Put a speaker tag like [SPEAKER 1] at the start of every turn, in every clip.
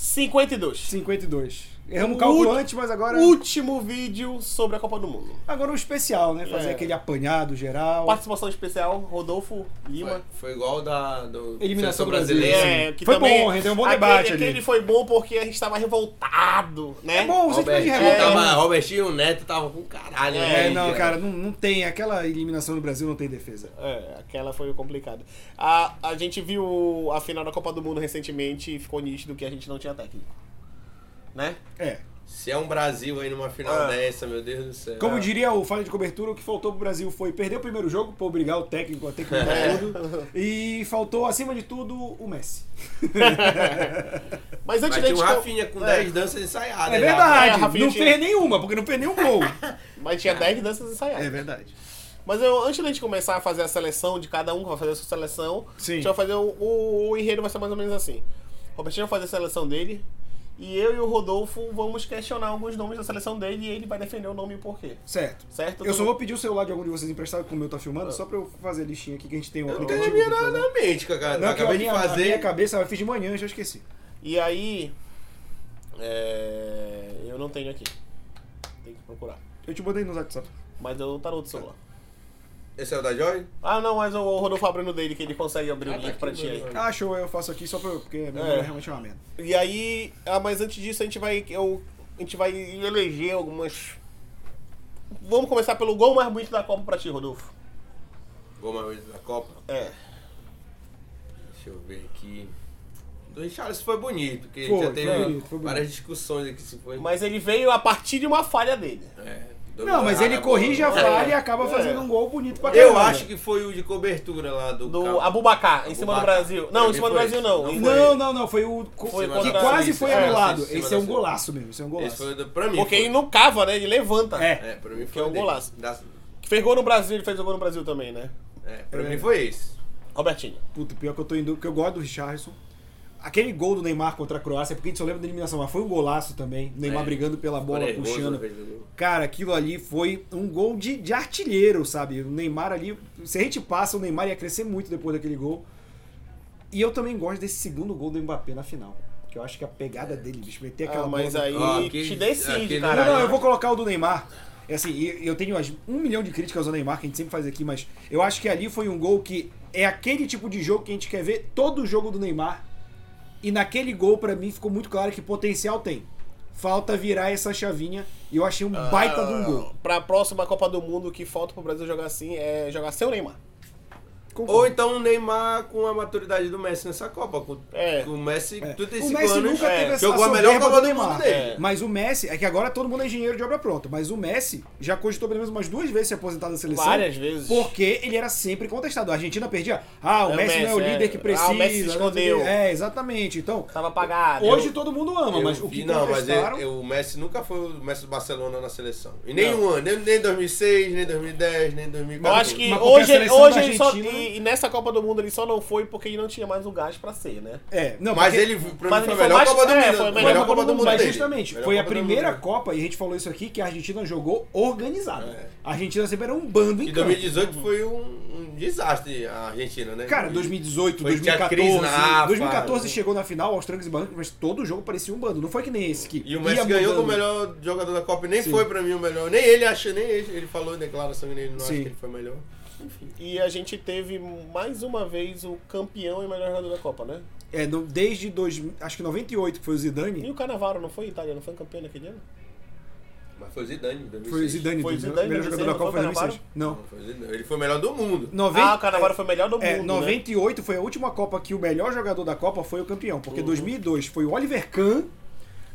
[SPEAKER 1] 52.
[SPEAKER 2] 52. Erramos
[SPEAKER 1] O
[SPEAKER 2] o cálculo
[SPEAKER 1] ulti-
[SPEAKER 2] antes, mas agora.
[SPEAKER 1] Último vídeo sobre a Copa do Mundo.
[SPEAKER 2] Agora um especial, né? Fazer
[SPEAKER 1] É.
[SPEAKER 2] aquele apanhado geral.
[SPEAKER 1] Participação especial, Rodolfo
[SPEAKER 3] Foi,
[SPEAKER 1] Lima. É,
[SPEAKER 3] foi igual da do
[SPEAKER 2] Eliminação
[SPEAKER 3] seleção brasileira.
[SPEAKER 2] brasileira. Foi bom, rendeu um bom debate
[SPEAKER 1] aquele
[SPEAKER 2] ali.
[SPEAKER 1] Aquele foi bom porque a gente tava revoltado, né?
[SPEAKER 2] É bom, o sentimento
[SPEAKER 3] Robert,
[SPEAKER 2] de
[SPEAKER 1] é,
[SPEAKER 2] revolta.
[SPEAKER 3] tava, Robertinho Neto tava com caralho.
[SPEAKER 2] É,
[SPEAKER 3] né,
[SPEAKER 2] não,
[SPEAKER 3] gente?
[SPEAKER 2] cara, não, não tem. Aquela eliminação no Brasil não tem defesa.
[SPEAKER 1] É, aquela foi complicada. A, a gente viu a final da Copa do Mundo recentemente e ficou nítido que a gente não tinha técnico. Né?
[SPEAKER 2] É.
[SPEAKER 3] Se é um Brasil aí numa final
[SPEAKER 1] Ah.
[SPEAKER 3] dessa, meu Deus do céu. É.
[SPEAKER 2] Como diria o Falha de Cobertura, o que faltou pro Brasil foi perder o primeiro jogo pra obrigar o técnico a ter que mudar
[SPEAKER 1] É.
[SPEAKER 2] tudo. E faltou, acima de tudo, o Messi.
[SPEAKER 1] Mas antes
[SPEAKER 3] Mas
[SPEAKER 1] da
[SPEAKER 3] tinha
[SPEAKER 1] gente.
[SPEAKER 3] um Rafinha com 10
[SPEAKER 1] é,
[SPEAKER 3] danças ensaiadas.
[SPEAKER 2] né, tipo, É
[SPEAKER 3] né?
[SPEAKER 1] É, a
[SPEAKER 2] verdade,
[SPEAKER 1] Rafinha
[SPEAKER 2] não
[SPEAKER 1] tinha-
[SPEAKER 2] fez nenhuma, porque não fez nenhum gol.
[SPEAKER 1] mas
[SPEAKER 2] Ah.
[SPEAKER 1] tinha 10 danças
[SPEAKER 2] É
[SPEAKER 1] ensaiadas.
[SPEAKER 2] verdade.
[SPEAKER 1] Mas eu, antes da gente começar a fazer a seleção de cada um, que vai fazer a sua seleção,
[SPEAKER 2] Sim.
[SPEAKER 1] a gente vai fazer o, o, o enredo vai ser mais ou menos assim. O Robertinho vai fazer a seleção dele, e eu e o Rodolfo vamos questionar alguns nomes da seleção dele e ele vai defender o nome e o porquê.
[SPEAKER 2] Certo.
[SPEAKER 1] Certo?
[SPEAKER 2] Eu só vou pedir o celular de algum de vocês emprestado, como eu tô filmando, só pra eu fazer a listinha aqui que a gente tem um
[SPEAKER 3] Eu não tenho
[SPEAKER 2] aplicativo.
[SPEAKER 3] minha
[SPEAKER 2] que a
[SPEAKER 3] nada
[SPEAKER 2] gente
[SPEAKER 3] na mente, cara.
[SPEAKER 2] Não, que a
[SPEAKER 3] Acabei de
[SPEAKER 2] minha, a
[SPEAKER 3] fazer.
[SPEAKER 2] minha cabeça, eu fiz de manhã, eu já esqueci.
[SPEAKER 1] E aí. É, eu não tenho aqui. Tem que procurar.
[SPEAKER 2] Eu te mandei no WhatsApp.
[SPEAKER 1] Mas eu tá no outro celular.
[SPEAKER 3] Esse é o da Joy?
[SPEAKER 1] Ah, não, mas o Rodolfo abrindo dele que ele consegue abrir
[SPEAKER 3] Ah,
[SPEAKER 1] o
[SPEAKER 3] tá
[SPEAKER 1] link
[SPEAKER 3] aqui,
[SPEAKER 1] pra ti aí.
[SPEAKER 3] mano.
[SPEAKER 2] Ah, show, eu faço aqui só pra, porque meu
[SPEAKER 1] É.
[SPEAKER 2] nome é realmente uma merda.
[SPEAKER 1] E aí, ah, mas antes disso a gente vai, eu, a gente vai eleger algumas. Vamos começar pelo gol mais bonito da Copa pra ti, Rodolfo.
[SPEAKER 3] Gol mais bonito da Copa.
[SPEAKER 1] É.
[SPEAKER 3] Deixa eu ver aqui. Do Richarlison foi bonito, porque
[SPEAKER 2] Foi,
[SPEAKER 3] já teve
[SPEAKER 2] foi bonito, foi bonito.
[SPEAKER 3] várias discussões aqui se foi.
[SPEAKER 1] Mas ele veio a partir de uma falha dele.
[SPEAKER 3] É,
[SPEAKER 2] Não, mas
[SPEAKER 3] dominar
[SPEAKER 2] ele
[SPEAKER 3] a
[SPEAKER 2] corrige a
[SPEAKER 3] bola.
[SPEAKER 2] falha e acaba
[SPEAKER 1] É.
[SPEAKER 2] fazendo um gol bonito pra
[SPEAKER 3] Eu
[SPEAKER 2] caramba.
[SPEAKER 3] acho que foi o de cobertura lá do.
[SPEAKER 1] Do
[SPEAKER 3] Cal-
[SPEAKER 1] Abubacá, em cima do
[SPEAKER 3] Abubacá.
[SPEAKER 1] Brasil. Não, em cima do
[SPEAKER 3] Pra mim
[SPEAKER 1] Brasil
[SPEAKER 3] foi
[SPEAKER 1] não.
[SPEAKER 3] esse.
[SPEAKER 1] que
[SPEAKER 2] Não, não, não, foi o
[SPEAKER 1] Foi
[SPEAKER 2] que
[SPEAKER 1] contra a
[SPEAKER 2] quase
[SPEAKER 3] Suíça,
[SPEAKER 2] foi
[SPEAKER 3] é,
[SPEAKER 2] anulado.
[SPEAKER 3] em cima
[SPEAKER 2] Esse
[SPEAKER 3] da
[SPEAKER 2] é um
[SPEAKER 3] Suíça.
[SPEAKER 2] golaço mesmo, esse é um
[SPEAKER 3] Esse foi
[SPEAKER 2] golaço.
[SPEAKER 3] o do, pra mim.
[SPEAKER 1] Porque
[SPEAKER 3] foi.
[SPEAKER 1] ele não cava, né? Ele levanta.
[SPEAKER 2] É.
[SPEAKER 3] É, pra mim
[SPEAKER 1] Que é
[SPEAKER 3] foi.
[SPEAKER 1] um
[SPEAKER 3] dele.
[SPEAKER 1] golaço.
[SPEAKER 3] Das-
[SPEAKER 1] Que fez gol no Brasil, ele fez gol no Brasil também, né?
[SPEAKER 3] É, pra
[SPEAKER 2] É
[SPEAKER 3] mim
[SPEAKER 2] verdade.
[SPEAKER 3] foi esse.
[SPEAKER 1] Robertinho.
[SPEAKER 2] Puta, pior que eu tô indo, porque eu gosto do Richardson. Aquele gol do Neymar contra a Croácia, porque a gente só lembra da eliminação, mas foi um golaço também. O Neymar
[SPEAKER 3] É.
[SPEAKER 2] brigando pela bola,
[SPEAKER 3] Foi nervoso,
[SPEAKER 2] puxando.
[SPEAKER 3] fez o gol.
[SPEAKER 2] Cara, aquilo ali foi um gol de, de artilheiro, sabe? O Neymar ali. Se a gente passa, o Neymar ia crescer muito depois daquele gol. E eu também gosto desse segundo gol do Mbappé na final. Que eu acho que a pegada dele, bicho, meter aquela
[SPEAKER 1] Ah, mas
[SPEAKER 2] bola. no-
[SPEAKER 1] aí
[SPEAKER 3] Ah, aquele-
[SPEAKER 1] te decide,
[SPEAKER 3] aquele-
[SPEAKER 1] cara.
[SPEAKER 2] Não, não, eu vou colocar o do Neymar. É assim, e- eu tenho as- um milhão de críticas ao Neymar, que a gente sempre faz aqui, mas eu acho que ali foi um gol que é aquele tipo de jogo que a gente quer ver todo jogo do Neymar. E naquele gol, pra mim, ficou muito claro que potencial tem. Falta virar essa chavinha e eu achei um
[SPEAKER 1] Ah,
[SPEAKER 2] baita de um gol.
[SPEAKER 1] Pra próxima Copa do Mundo, o que falta pro Brasil jogar assim é jogar sem o Neymar.
[SPEAKER 3] Ou então o Neymar com a maturidade do Messi nessa Copa. Com,
[SPEAKER 1] É.
[SPEAKER 3] com o Messi,
[SPEAKER 2] É.
[SPEAKER 3] 35
[SPEAKER 2] O Messi
[SPEAKER 3] anos,
[SPEAKER 2] nunca
[SPEAKER 1] é,
[SPEAKER 2] teve essa
[SPEAKER 3] jogou a
[SPEAKER 2] soberba
[SPEAKER 3] melhor Copa
[SPEAKER 2] do
[SPEAKER 3] do
[SPEAKER 2] Neymar.
[SPEAKER 3] Mundo dele.
[SPEAKER 1] É.
[SPEAKER 2] Mas o Messi, é que agora todo mundo é engenheiro de obra pronta, mas o Messi já cogitou pelo menos umas duas vezes se aposentar da seleção.
[SPEAKER 1] Várias vezes.
[SPEAKER 2] Porque ele era sempre contestado. A Argentina perdia. Ah, o
[SPEAKER 1] É, o
[SPEAKER 2] Messi não é o
[SPEAKER 1] Messi,
[SPEAKER 2] líder
[SPEAKER 1] é.
[SPEAKER 2] que precisa.
[SPEAKER 1] Ah, o Messi se escondeu.
[SPEAKER 2] É, exatamente. Então,
[SPEAKER 1] Tava apagado.
[SPEAKER 2] hoje
[SPEAKER 1] Eu-
[SPEAKER 2] todo mundo ama,
[SPEAKER 3] Eu
[SPEAKER 2] mas o que
[SPEAKER 3] vi- não, mas ele-
[SPEAKER 2] contestaram...
[SPEAKER 3] eu- o Messi nunca foi o Messi do Barcelona na seleção. Em nenhum ano, nem, nem 2006, nem 2010, nem 2014.
[SPEAKER 1] Eu acho que
[SPEAKER 2] Mas porque a
[SPEAKER 1] hoje, ele-
[SPEAKER 2] seleção
[SPEAKER 1] hoje
[SPEAKER 2] da
[SPEAKER 1] ele só.
[SPEAKER 2] Argentina-
[SPEAKER 1] E, e nessa Copa do Mundo ele só não foi porque ele não tinha mais o gás pra ser, né?
[SPEAKER 2] É, não,
[SPEAKER 3] Mas
[SPEAKER 2] porque-
[SPEAKER 3] ele, pra
[SPEAKER 1] mas ele
[SPEAKER 3] mim, foi
[SPEAKER 1] foi
[SPEAKER 3] a melhor
[SPEAKER 1] mais-
[SPEAKER 3] Copa do
[SPEAKER 1] é, foi
[SPEAKER 3] Mundo.
[SPEAKER 1] a
[SPEAKER 2] Mas
[SPEAKER 1] melhor
[SPEAKER 2] Copa do Mundo, mas
[SPEAKER 3] dele.
[SPEAKER 2] justamente,
[SPEAKER 3] Melhor
[SPEAKER 2] foi a
[SPEAKER 3] Copa do
[SPEAKER 2] primeira
[SPEAKER 3] Mundo.
[SPEAKER 2] Copa, e a gente falou isso aqui, que a Argentina jogou organizada.
[SPEAKER 3] É.
[SPEAKER 2] A Argentina sempre era um bando em
[SPEAKER 3] E
[SPEAKER 2] campo.
[SPEAKER 3] 2018 foi um, um desastre a Argentina, né?
[SPEAKER 2] Cara, 2018,
[SPEAKER 3] Foi que tinha crise
[SPEAKER 2] 2014.
[SPEAKER 3] na AFA,
[SPEAKER 2] 2014
[SPEAKER 3] né?
[SPEAKER 2] chegou na final, aos trancos e barrancos, mas todo jogo parecia um bando. Não foi que nem esse que.
[SPEAKER 3] E
[SPEAKER 2] ia
[SPEAKER 3] o Messi ganhou
[SPEAKER 2] mudando.
[SPEAKER 3] como melhor jogador da Copa e nem
[SPEAKER 2] Sim.
[SPEAKER 3] foi pra mim o melhor. Nem ele acha, nem ele, ele falou em declaração que ele não acha
[SPEAKER 2] Sim.
[SPEAKER 3] que ele foi melhor.
[SPEAKER 1] E a gente teve mais uma vez o campeão e melhor jogador da Copa, né?
[SPEAKER 2] É, no- desde dois, acho que 98, que foi o
[SPEAKER 1] E
[SPEAKER 2] Zidane.
[SPEAKER 1] o Canavaro não foi Itália, não foi campeão naquele ano?
[SPEAKER 3] Mas foi o Zidane, em 2006.
[SPEAKER 2] Foi o Zidane,
[SPEAKER 1] Foi o
[SPEAKER 2] o
[SPEAKER 1] Zidane,
[SPEAKER 2] melhor
[SPEAKER 1] 2006,
[SPEAKER 2] jogador da Copa foi
[SPEAKER 1] não foi o
[SPEAKER 2] 2006. Não.
[SPEAKER 3] Não, foi o Zidane. Ele foi o melhor do mundo.
[SPEAKER 1] Ah, o
[SPEAKER 2] 90,
[SPEAKER 1] Canavaro foi o melhor do mundo.
[SPEAKER 2] é,
[SPEAKER 1] né?
[SPEAKER 2] 98 foi a última Copa que o melhor jogador da Copa foi o campeão,
[SPEAKER 1] Uhum.
[SPEAKER 2] porque 2002 foi o Oliver Kahn,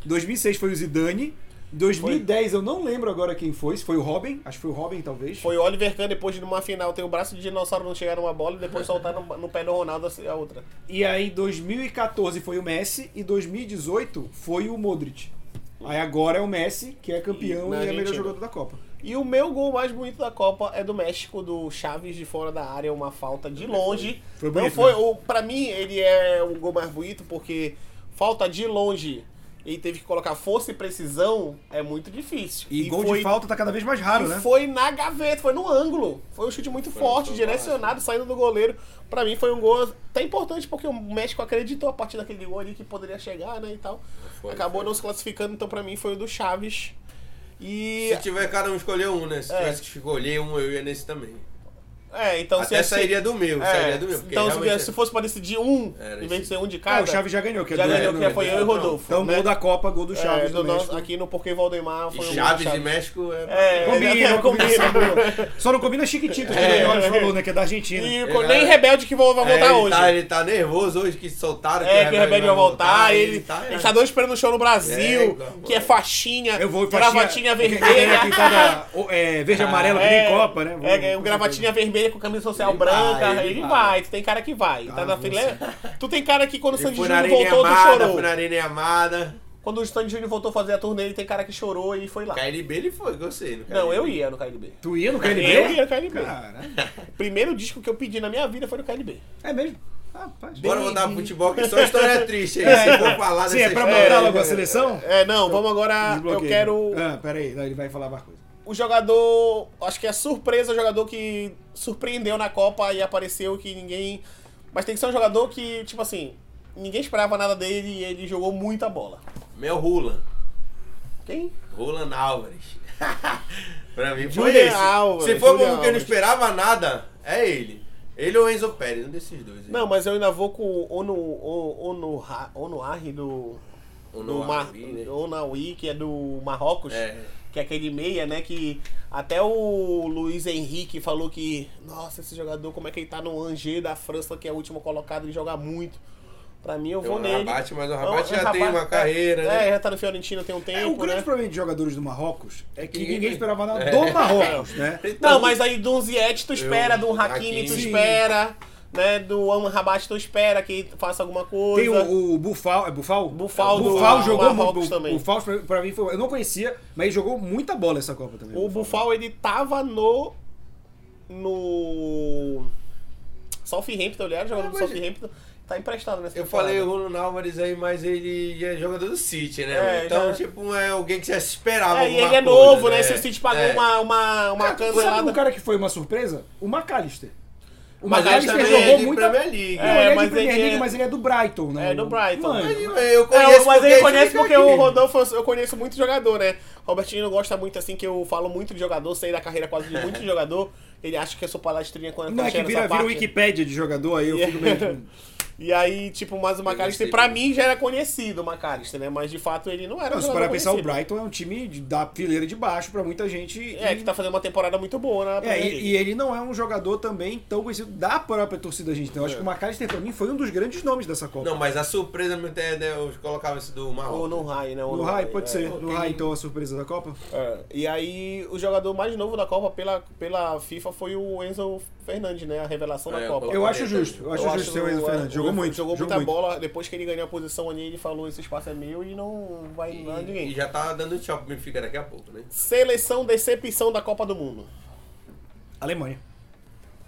[SPEAKER 2] 2006 foi o Zidane, 2010 eu não lembro agora quem foi, se foi o Robin, acho que foi o Robin talvez.
[SPEAKER 1] Foi o Oliver Kahn depois de numa final ter o braço de dinossauro não chegar numa bola e depois soltar no, no pé do Ronaldo assim, a outra.
[SPEAKER 2] E aí 2014 foi o Messi e 2018 foi o Modric. Aí agora é o Messi, que é campeão
[SPEAKER 1] na
[SPEAKER 2] e, é melhor
[SPEAKER 1] Argentina.
[SPEAKER 2] jogador da Copa.
[SPEAKER 1] E o meu gol mais bonito da Copa é do México, do Chaves de fora da área, uma falta de longe.
[SPEAKER 2] Foi bonito,
[SPEAKER 1] Não foi,
[SPEAKER 2] né?
[SPEAKER 1] o, pra mim, ele é o gol mais bonito porque falta de longe e teve que colocar força e precisão, é muito difícil.
[SPEAKER 2] E, gol
[SPEAKER 1] foi-
[SPEAKER 2] de falta tá cada vez mais raro,
[SPEAKER 1] e
[SPEAKER 2] né?
[SPEAKER 1] foi na gaveta, foi no ângulo. Foi um chute muito
[SPEAKER 3] Foi
[SPEAKER 1] forte,
[SPEAKER 3] no
[SPEAKER 1] direcionado, saindo do goleiro. Pra mim foi um gol até importante, porque o México acreditou a partir daquele gol ali que poderia chegar, né, e tal.
[SPEAKER 3] Foi,
[SPEAKER 1] Acabou
[SPEAKER 3] foi.
[SPEAKER 1] não se classificando, então pra mim foi o do Chaves. E...
[SPEAKER 3] Se tiver cada um escolher um, né? Se
[SPEAKER 1] É.
[SPEAKER 3] tivesse que escolher um, eu ia nesse também.
[SPEAKER 1] É, então se...
[SPEAKER 3] Até sairia do meu,
[SPEAKER 1] é,
[SPEAKER 3] sairia do meu. Porque
[SPEAKER 1] Então se,
[SPEAKER 3] realmente
[SPEAKER 1] se fosse pra decidir um,
[SPEAKER 3] Era
[SPEAKER 1] em vez de
[SPEAKER 3] isso.
[SPEAKER 1] ser um de
[SPEAKER 2] Ah,
[SPEAKER 1] cada...
[SPEAKER 2] o Chaves já ganhou, que é
[SPEAKER 1] já
[SPEAKER 2] do
[SPEAKER 1] ganhou,
[SPEAKER 2] é,
[SPEAKER 1] que
[SPEAKER 2] não é?
[SPEAKER 1] foi eu e
[SPEAKER 3] Não,
[SPEAKER 1] Rodolfo.
[SPEAKER 2] Então,
[SPEAKER 1] né?
[SPEAKER 2] gol da Copa, gol do
[SPEAKER 1] É,
[SPEAKER 2] Chaves
[SPEAKER 1] do
[SPEAKER 2] do
[SPEAKER 1] nosso-
[SPEAKER 2] México.
[SPEAKER 1] aqui no Porquê Valdemar foi um
[SPEAKER 3] E
[SPEAKER 1] gol do
[SPEAKER 3] Chaves e México é.
[SPEAKER 1] É, combina,
[SPEAKER 2] Combina, combina.
[SPEAKER 1] combina.
[SPEAKER 2] Só não combina Chiquititas, que
[SPEAKER 3] É.
[SPEAKER 2] o Leonardo falou, né? Que é da Argentina.
[SPEAKER 1] E
[SPEAKER 3] Ele
[SPEAKER 1] nem
[SPEAKER 3] é-
[SPEAKER 1] rebelde que vou- vai voltar
[SPEAKER 3] É, ele
[SPEAKER 1] hoje.
[SPEAKER 3] Tá, ele tá nervoso hoje que soltaram
[SPEAKER 1] É, que o Rebelde vai voltar, ele,
[SPEAKER 3] tá-
[SPEAKER 1] ele tá doido esperando o show no Brasil,
[SPEAKER 3] É,
[SPEAKER 1] que é faixinha,
[SPEAKER 2] Eu vou
[SPEAKER 1] gravatinha vermelha.
[SPEAKER 2] Quem tá na- o- é, verde, amarelo, que nem Copa, né? Vou-
[SPEAKER 1] É, é, um gravatinha vermelha com camisa social
[SPEAKER 3] Ele
[SPEAKER 1] branca,
[SPEAKER 3] vai,
[SPEAKER 1] ele
[SPEAKER 3] ele
[SPEAKER 1] vai.
[SPEAKER 3] vai.
[SPEAKER 1] tu tem cara que vai. tá
[SPEAKER 2] Ah,
[SPEAKER 1] na
[SPEAKER 2] você-
[SPEAKER 1] filé. Tu tem cara que quando o
[SPEAKER 3] Ele
[SPEAKER 1] Sandy
[SPEAKER 3] foi na
[SPEAKER 1] Júnior
[SPEAKER 3] Arena
[SPEAKER 1] voltou, tu
[SPEAKER 3] Amada,
[SPEAKER 1] chorou.
[SPEAKER 3] foi na Arena Amada.
[SPEAKER 1] Quando o Sandy Júnior voltou a fazer a turnê, ele tem cara que chorou e foi lá.
[SPEAKER 3] KLB ele foi, gostei. no
[SPEAKER 1] Não,
[SPEAKER 3] KLB.
[SPEAKER 1] eu ia no KLB.
[SPEAKER 2] Tu ia no
[SPEAKER 1] É, Eu ia
[SPEAKER 2] KLB?
[SPEAKER 1] no KLB.
[SPEAKER 2] Caralho.
[SPEAKER 1] Primeiro disco que eu pedi na minha vida foi no KLB.
[SPEAKER 2] É mesmo? Rapaz.
[SPEAKER 3] Bora voltar pro futebol, que só história triste aí.
[SPEAKER 2] É,
[SPEAKER 3] Se
[SPEAKER 1] então.
[SPEAKER 3] for falar
[SPEAKER 2] Sim, é pra
[SPEAKER 3] história-
[SPEAKER 2] mandar logo a seleção?
[SPEAKER 1] É, não, vamos agora. Eu
[SPEAKER 2] Desbloqueio.
[SPEAKER 1] quero
[SPEAKER 2] Ah, peraí, não, ele vai falar mais coisa.
[SPEAKER 1] o jogador. Acho que é surpresa o jogador que surpreendeu na Copa e apareceu que ninguém. Mas tem que ser um jogador que, tipo assim, ninguém esperava nada dele e ele jogou muita bola.
[SPEAKER 3] Mel Rulan.
[SPEAKER 1] Quem?
[SPEAKER 3] Roland Álvares. pra mim foi
[SPEAKER 1] Julian
[SPEAKER 3] esse.
[SPEAKER 1] Álvares,
[SPEAKER 3] Se for
[SPEAKER 1] Julian
[SPEAKER 3] como que eu não
[SPEAKER 1] Álvares.
[SPEAKER 3] esperava nada, é ele. Ele ou Enzo Pérez, um desses dois. aí.
[SPEAKER 1] Não, mas eu ainda vou com o Ono, o- Ono, Ha- Onoarri do.
[SPEAKER 3] Ou
[SPEAKER 1] do
[SPEAKER 3] não,
[SPEAKER 1] Mar-
[SPEAKER 3] Alvi, né?
[SPEAKER 1] Onaui, que é do Marrocos.
[SPEAKER 3] É.
[SPEAKER 1] Que é aquele meia, né? Que até o Luiz Henrique falou que, nossa, esse jogador, como é que ele tá no Angers da França, que é o último colocado, ele joga muito. Pra mim, eu
[SPEAKER 3] Tem
[SPEAKER 1] vou
[SPEAKER 3] o
[SPEAKER 1] nele.
[SPEAKER 3] Rabat, mas o
[SPEAKER 1] É,
[SPEAKER 3] Rabat já tem uma
[SPEAKER 1] é,
[SPEAKER 3] carreira,
[SPEAKER 1] É,
[SPEAKER 3] né?
[SPEAKER 1] já tá no Fiorentina tem um tempo,
[SPEAKER 2] É, o grande
[SPEAKER 1] né?
[SPEAKER 2] problema de jogadores do Marrocos é que
[SPEAKER 3] Ninguém-
[SPEAKER 2] ninguém esperava nada do Marrocos,
[SPEAKER 1] É.
[SPEAKER 2] né?
[SPEAKER 1] Não, mas aí do Ziyech tu espera,
[SPEAKER 3] Eu-
[SPEAKER 1] do Hakimi tu
[SPEAKER 3] Hakimi.
[SPEAKER 1] espera, né? Do Am Rabat tu espera que faça alguma coisa.
[SPEAKER 2] Tem
[SPEAKER 3] um
[SPEAKER 2] o, o Bufal, é Bufal?
[SPEAKER 1] Bufal
[SPEAKER 2] O
[SPEAKER 1] do
[SPEAKER 2] Bufal jogou
[SPEAKER 1] Marrocos
[SPEAKER 2] muito.
[SPEAKER 1] também.
[SPEAKER 2] O Bufal pra- pra mim foi, eu não conhecia, mas ele jogou muita bola essa Copa também.
[SPEAKER 1] O Buffal, ele tava no. No. Southampton, ele era jogador
[SPEAKER 3] É,
[SPEAKER 2] Ah,
[SPEAKER 1] do
[SPEAKER 3] mas-
[SPEAKER 1] Southampton. Tá emprestado nessa
[SPEAKER 3] Eu
[SPEAKER 1] temporada.
[SPEAKER 3] falei o Roland Álvares aí, mas ele é jogador do City, né?
[SPEAKER 1] É,
[SPEAKER 3] então,
[SPEAKER 1] já-
[SPEAKER 3] tipo, é alguém que já esperava
[SPEAKER 1] É, e
[SPEAKER 3] alguma
[SPEAKER 1] ele é
[SPEAKER 3] coisa,
[SPEAKER 1] novo, né? Se o City pagou
[SPEAKER 3] É.
[SPEAKER 1] uma, uma, uma
[SPEAKER 2] Cara, sabe
[SPEAKER 1] cancelada.
[SPEAKER 2] um cara que foi uma surpresa? O McAllister. O
[SPEAKER 3] Mas ele
[SPEAKER 2] McAllister
[SPEAKER 3] também
[SPEAKER 2] jogou
[SPEAKER 3] é de
[SPEAKER 2] muita
[SPEAKER 3] Premier League.
[SPEAKER 2] Não, ele é,
[SPEAKER 1] mas
[SPEAKER 2] de Premier
[SPEAKER 1] ele
[SPEAKER 2] League,
[SPEAKER 1] é-
[SPEAKER 2] mas ele é do Brighton, né?
[SPEAKER 1] É, do Brighton.
[SPEAKER 2] Mano,
[SPEAKER 3] Mas Eu
[SPEAKER 1] É,
[SPEAKER 3] conheço
[SPEAKER 1] mas ele conhece
[SPEAKER 3] fica
[SPEAKER 1] porque é
[SPEAKER 3] aqui.
[SPEAKER 1] o Rodolfo, eu conheço muito jogador, né? Robertinho gosta muito, assim, que eu falo muito de jogador, sei da carreira quase de muito de jogador. Ele acha que eu sou palestrinha quando
[SPEAKER 2] Não,
[SPEAKER 1] tá
[SPEAKER 2] é que
[SPEAKER 1] cheirando
[SPEAKER 2] vira,
[SPEAKER 1] essa
[SPEAKER 2] vira
[SPEAKER 1] parte. É.
[SPEAKER 2] Wikipédia de jogador, aí eu fico meio... um- que-
[SPEAKER 1] E aí, tipo, mas o McAllister,
[SPEAKER 3] gostei
[SPEAKER 1] pra
[SPEAKER 3] muito.
[SPEAKER 1] mim, já era conhecido o McAllister, né? Mas de fato ele não era um
[SPEAKER 2] Não, se
[SPEAKER 1] jogador
[SPEAKER 2] parar pra pensar, o
[SPEAKER 1] conhecido.
[SPEAKER 2] Brighton é um time de- da fileira de baixo pra muita gente.
[SPEAKER 1] É,
[SPEAKER 2] e-
[SPEAKER 1] que tá fazendo uma temporada muito boa né, na
[SPEAKER 2] É,
[SPEAKER 1] Premier League.
[SPEAKER 2] e, e ele não é um jogador também tão conhecido da própria torcida gente. Então, eu acho que o McAllister, pra mim, foi um dos grandes nomes dessa Copa.
[SPEAKER 3] Não, mas a surpresa mesmo é, né, eu colocava esse do Marrocos.
[SPEAKER 1] Ou no Rai, né? Ou
[SPEAKER 2] no Rai, pode
[SPEAKER 1] é.
[SPEAKER 2] ser. No
[SPEAKER 3] tem-
[SPEAKER 2] Rai, então, a surpresa da Copa.
[SPEAKER 1] É, E aí, o jogador mais novo da Copa pela, pela FIFA foi o Enzo Fernandes, né? A revelação da
[SPEAKER 3] É,
[SPEAKER 1] Copa.
[SPEAKER 2] Eu acho
[SPEAKER 3] Corneta,
[SPEAKER 2] justo. Eu acho justo ser o Enzo Fernandes. Jogou muito.
[SPEAKER 1] Jogou muita
[SPEAKER 2] muito.
[SPEAKER 1] bola. Depois que ele ganhou a posição ali, ele falou: esse espaço é meu e não vai
[SPEAKER 3] E,
[SPEAKER 1] nada ninguém.
[SPEAKER 3] e já tá dando tchau pro Benfica daqui a pouco, né?
[SPEAKER 1] Seleção decepção da Copa do Mundo.
[SPEAKER 2] Alemanha.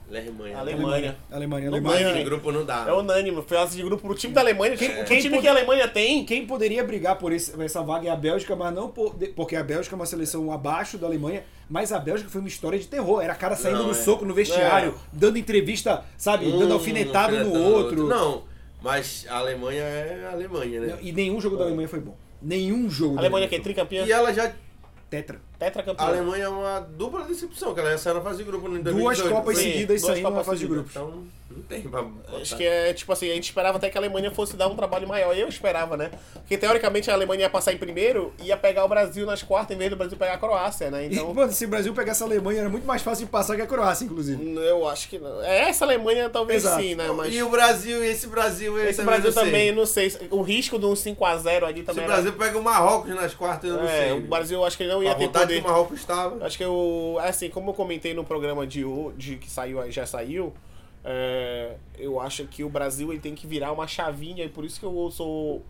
[SPEAKER 3] Alemanha.
[SPEAKER 1] Alemanha.
[SPEAKER 2] Alemanha,
[SPEAKER 1] Não
[SPEAKER 2] Alemanha.
[SPEAKER 1] ganha.
[SPEAKER 3] Esse grupo não dá.
[SPEAKER 1] É unânime. Fase de grupo pro time da Alemanha.
[SPEAKER 2] Quem-
[SPEAKER 1] o
[SPEAKER 2] quem
[SPEAKER 1] time
[SPEAKER 2] pode-
[SPEAKER 1] que a Alemanha tem.
[SPEAKER 2] Quem poderia brigar por esse- essa vaga é a Bélgica, mas não por, de- porque a Bélgica é uma seleção abaixo da Alemanha, mas a Bélgica foi uma história de terror. Era cara saindo
[SPEAKER 3] Não,
[SPEAKER 2] no
[SPEAKER 3] é.
[SPEAKER 2] soco no vestiário, dando entrevista, sabe,
[SPEAKER 3] Um
[SPEAKER 2] dando alfinetada no
[SPEAKER 3] alfinetando
[SPEAKER 2] outro.
[SPEAKER 3] Não, mas a Alemanha é a Alemanha, né?
[SPEAKER 2] E nenhum jogo da Alemanha foi bom. Nenhum
[SPEAKER 1] A
[SPEAKER 2] jogo. da
[SPEAKER 1] Alemanha que é
[SPEAKER 2] foi
[SPEAKER 1] tricampeã,
[SPEAKER 3] E ela já.
[SPEAKER 2] bom. Tetra.
[SPEAKER 1] tetracampeã.
[SPEAKER 3] A Alemanha é uma dupla decepção, que ela já saiu na fase de grupo em
[SPEAKER 2] Duas
[SPEAKER 3] 2018.
[SPEAKER 2] Copas
[SPEAKER 1] Sim,
[SPEAKER 2] seguidas
[SPEAKER 1] duas
[SPEAKER 2] saindo na
[SPEAKER 1] Copas
[SPEAKER 2] fase de
[SPEAKER 1] seguidas.
[SPEAKER 2] grupos.
[SPEAKER 3] né? Então, não tem pra. botar.
[SPEAKER 1] Acho que é tipo assim, a gente esperava até que a Alemanha fosse dar um trabalho maior. Eu esperava, né? Porque teoricamente a Alemanha ia passar em primeiro e ia pegar o Brasil nas quartas em vez do Brasil pegar a Croácia, né?
[SPEAKER 2] E,
[SPEAKER 1] Então.
[SPEAKER 2] mano, se o Brasil pegasse a Alemanha, era muito mais fácil de passar que a Croácia, inclusive.
[SPEAKER 1] hum, Eu acho que não. É, Essa Alemanha talvez
[SPEAKER 2] Exato.
[SPEAKER 1] sim, né? Mas
[SPEAKER 3] E o Brasil, e esse Brasil,
[SPEAKER 1] esse
[SPEAKER 3] eu
[SPEAKER 1] Brasil
[SPEAKER 3] não sei.
[SPEAKER 1] também, não sei. O risco de um 5x0 ali
[SPEAKER 3] Se
[SPEAKER 1] também
[SPEAKER 3] o
[SPEAKER 1] era-
[SPEAKER 3] Brasil pega o Marrocos nas quartas, eu não
[SPEAKER 1] É,
[SPEAKER 3] sei.
[SPEAKER 1] o Brasil acho que ele não
[SPEAKER 3] A
[SPEAKER 1] ia ter poder.
[SPEAKER 3] vontade que o Marrocos estava.
[SPEAKER 1] Acho que eu. Assim, como eu comentei no programa de hoje, que saiu aí, já saiu, é, eu acho que o Brasil ele tem que virar uma chavinha, e por isso que eu sou.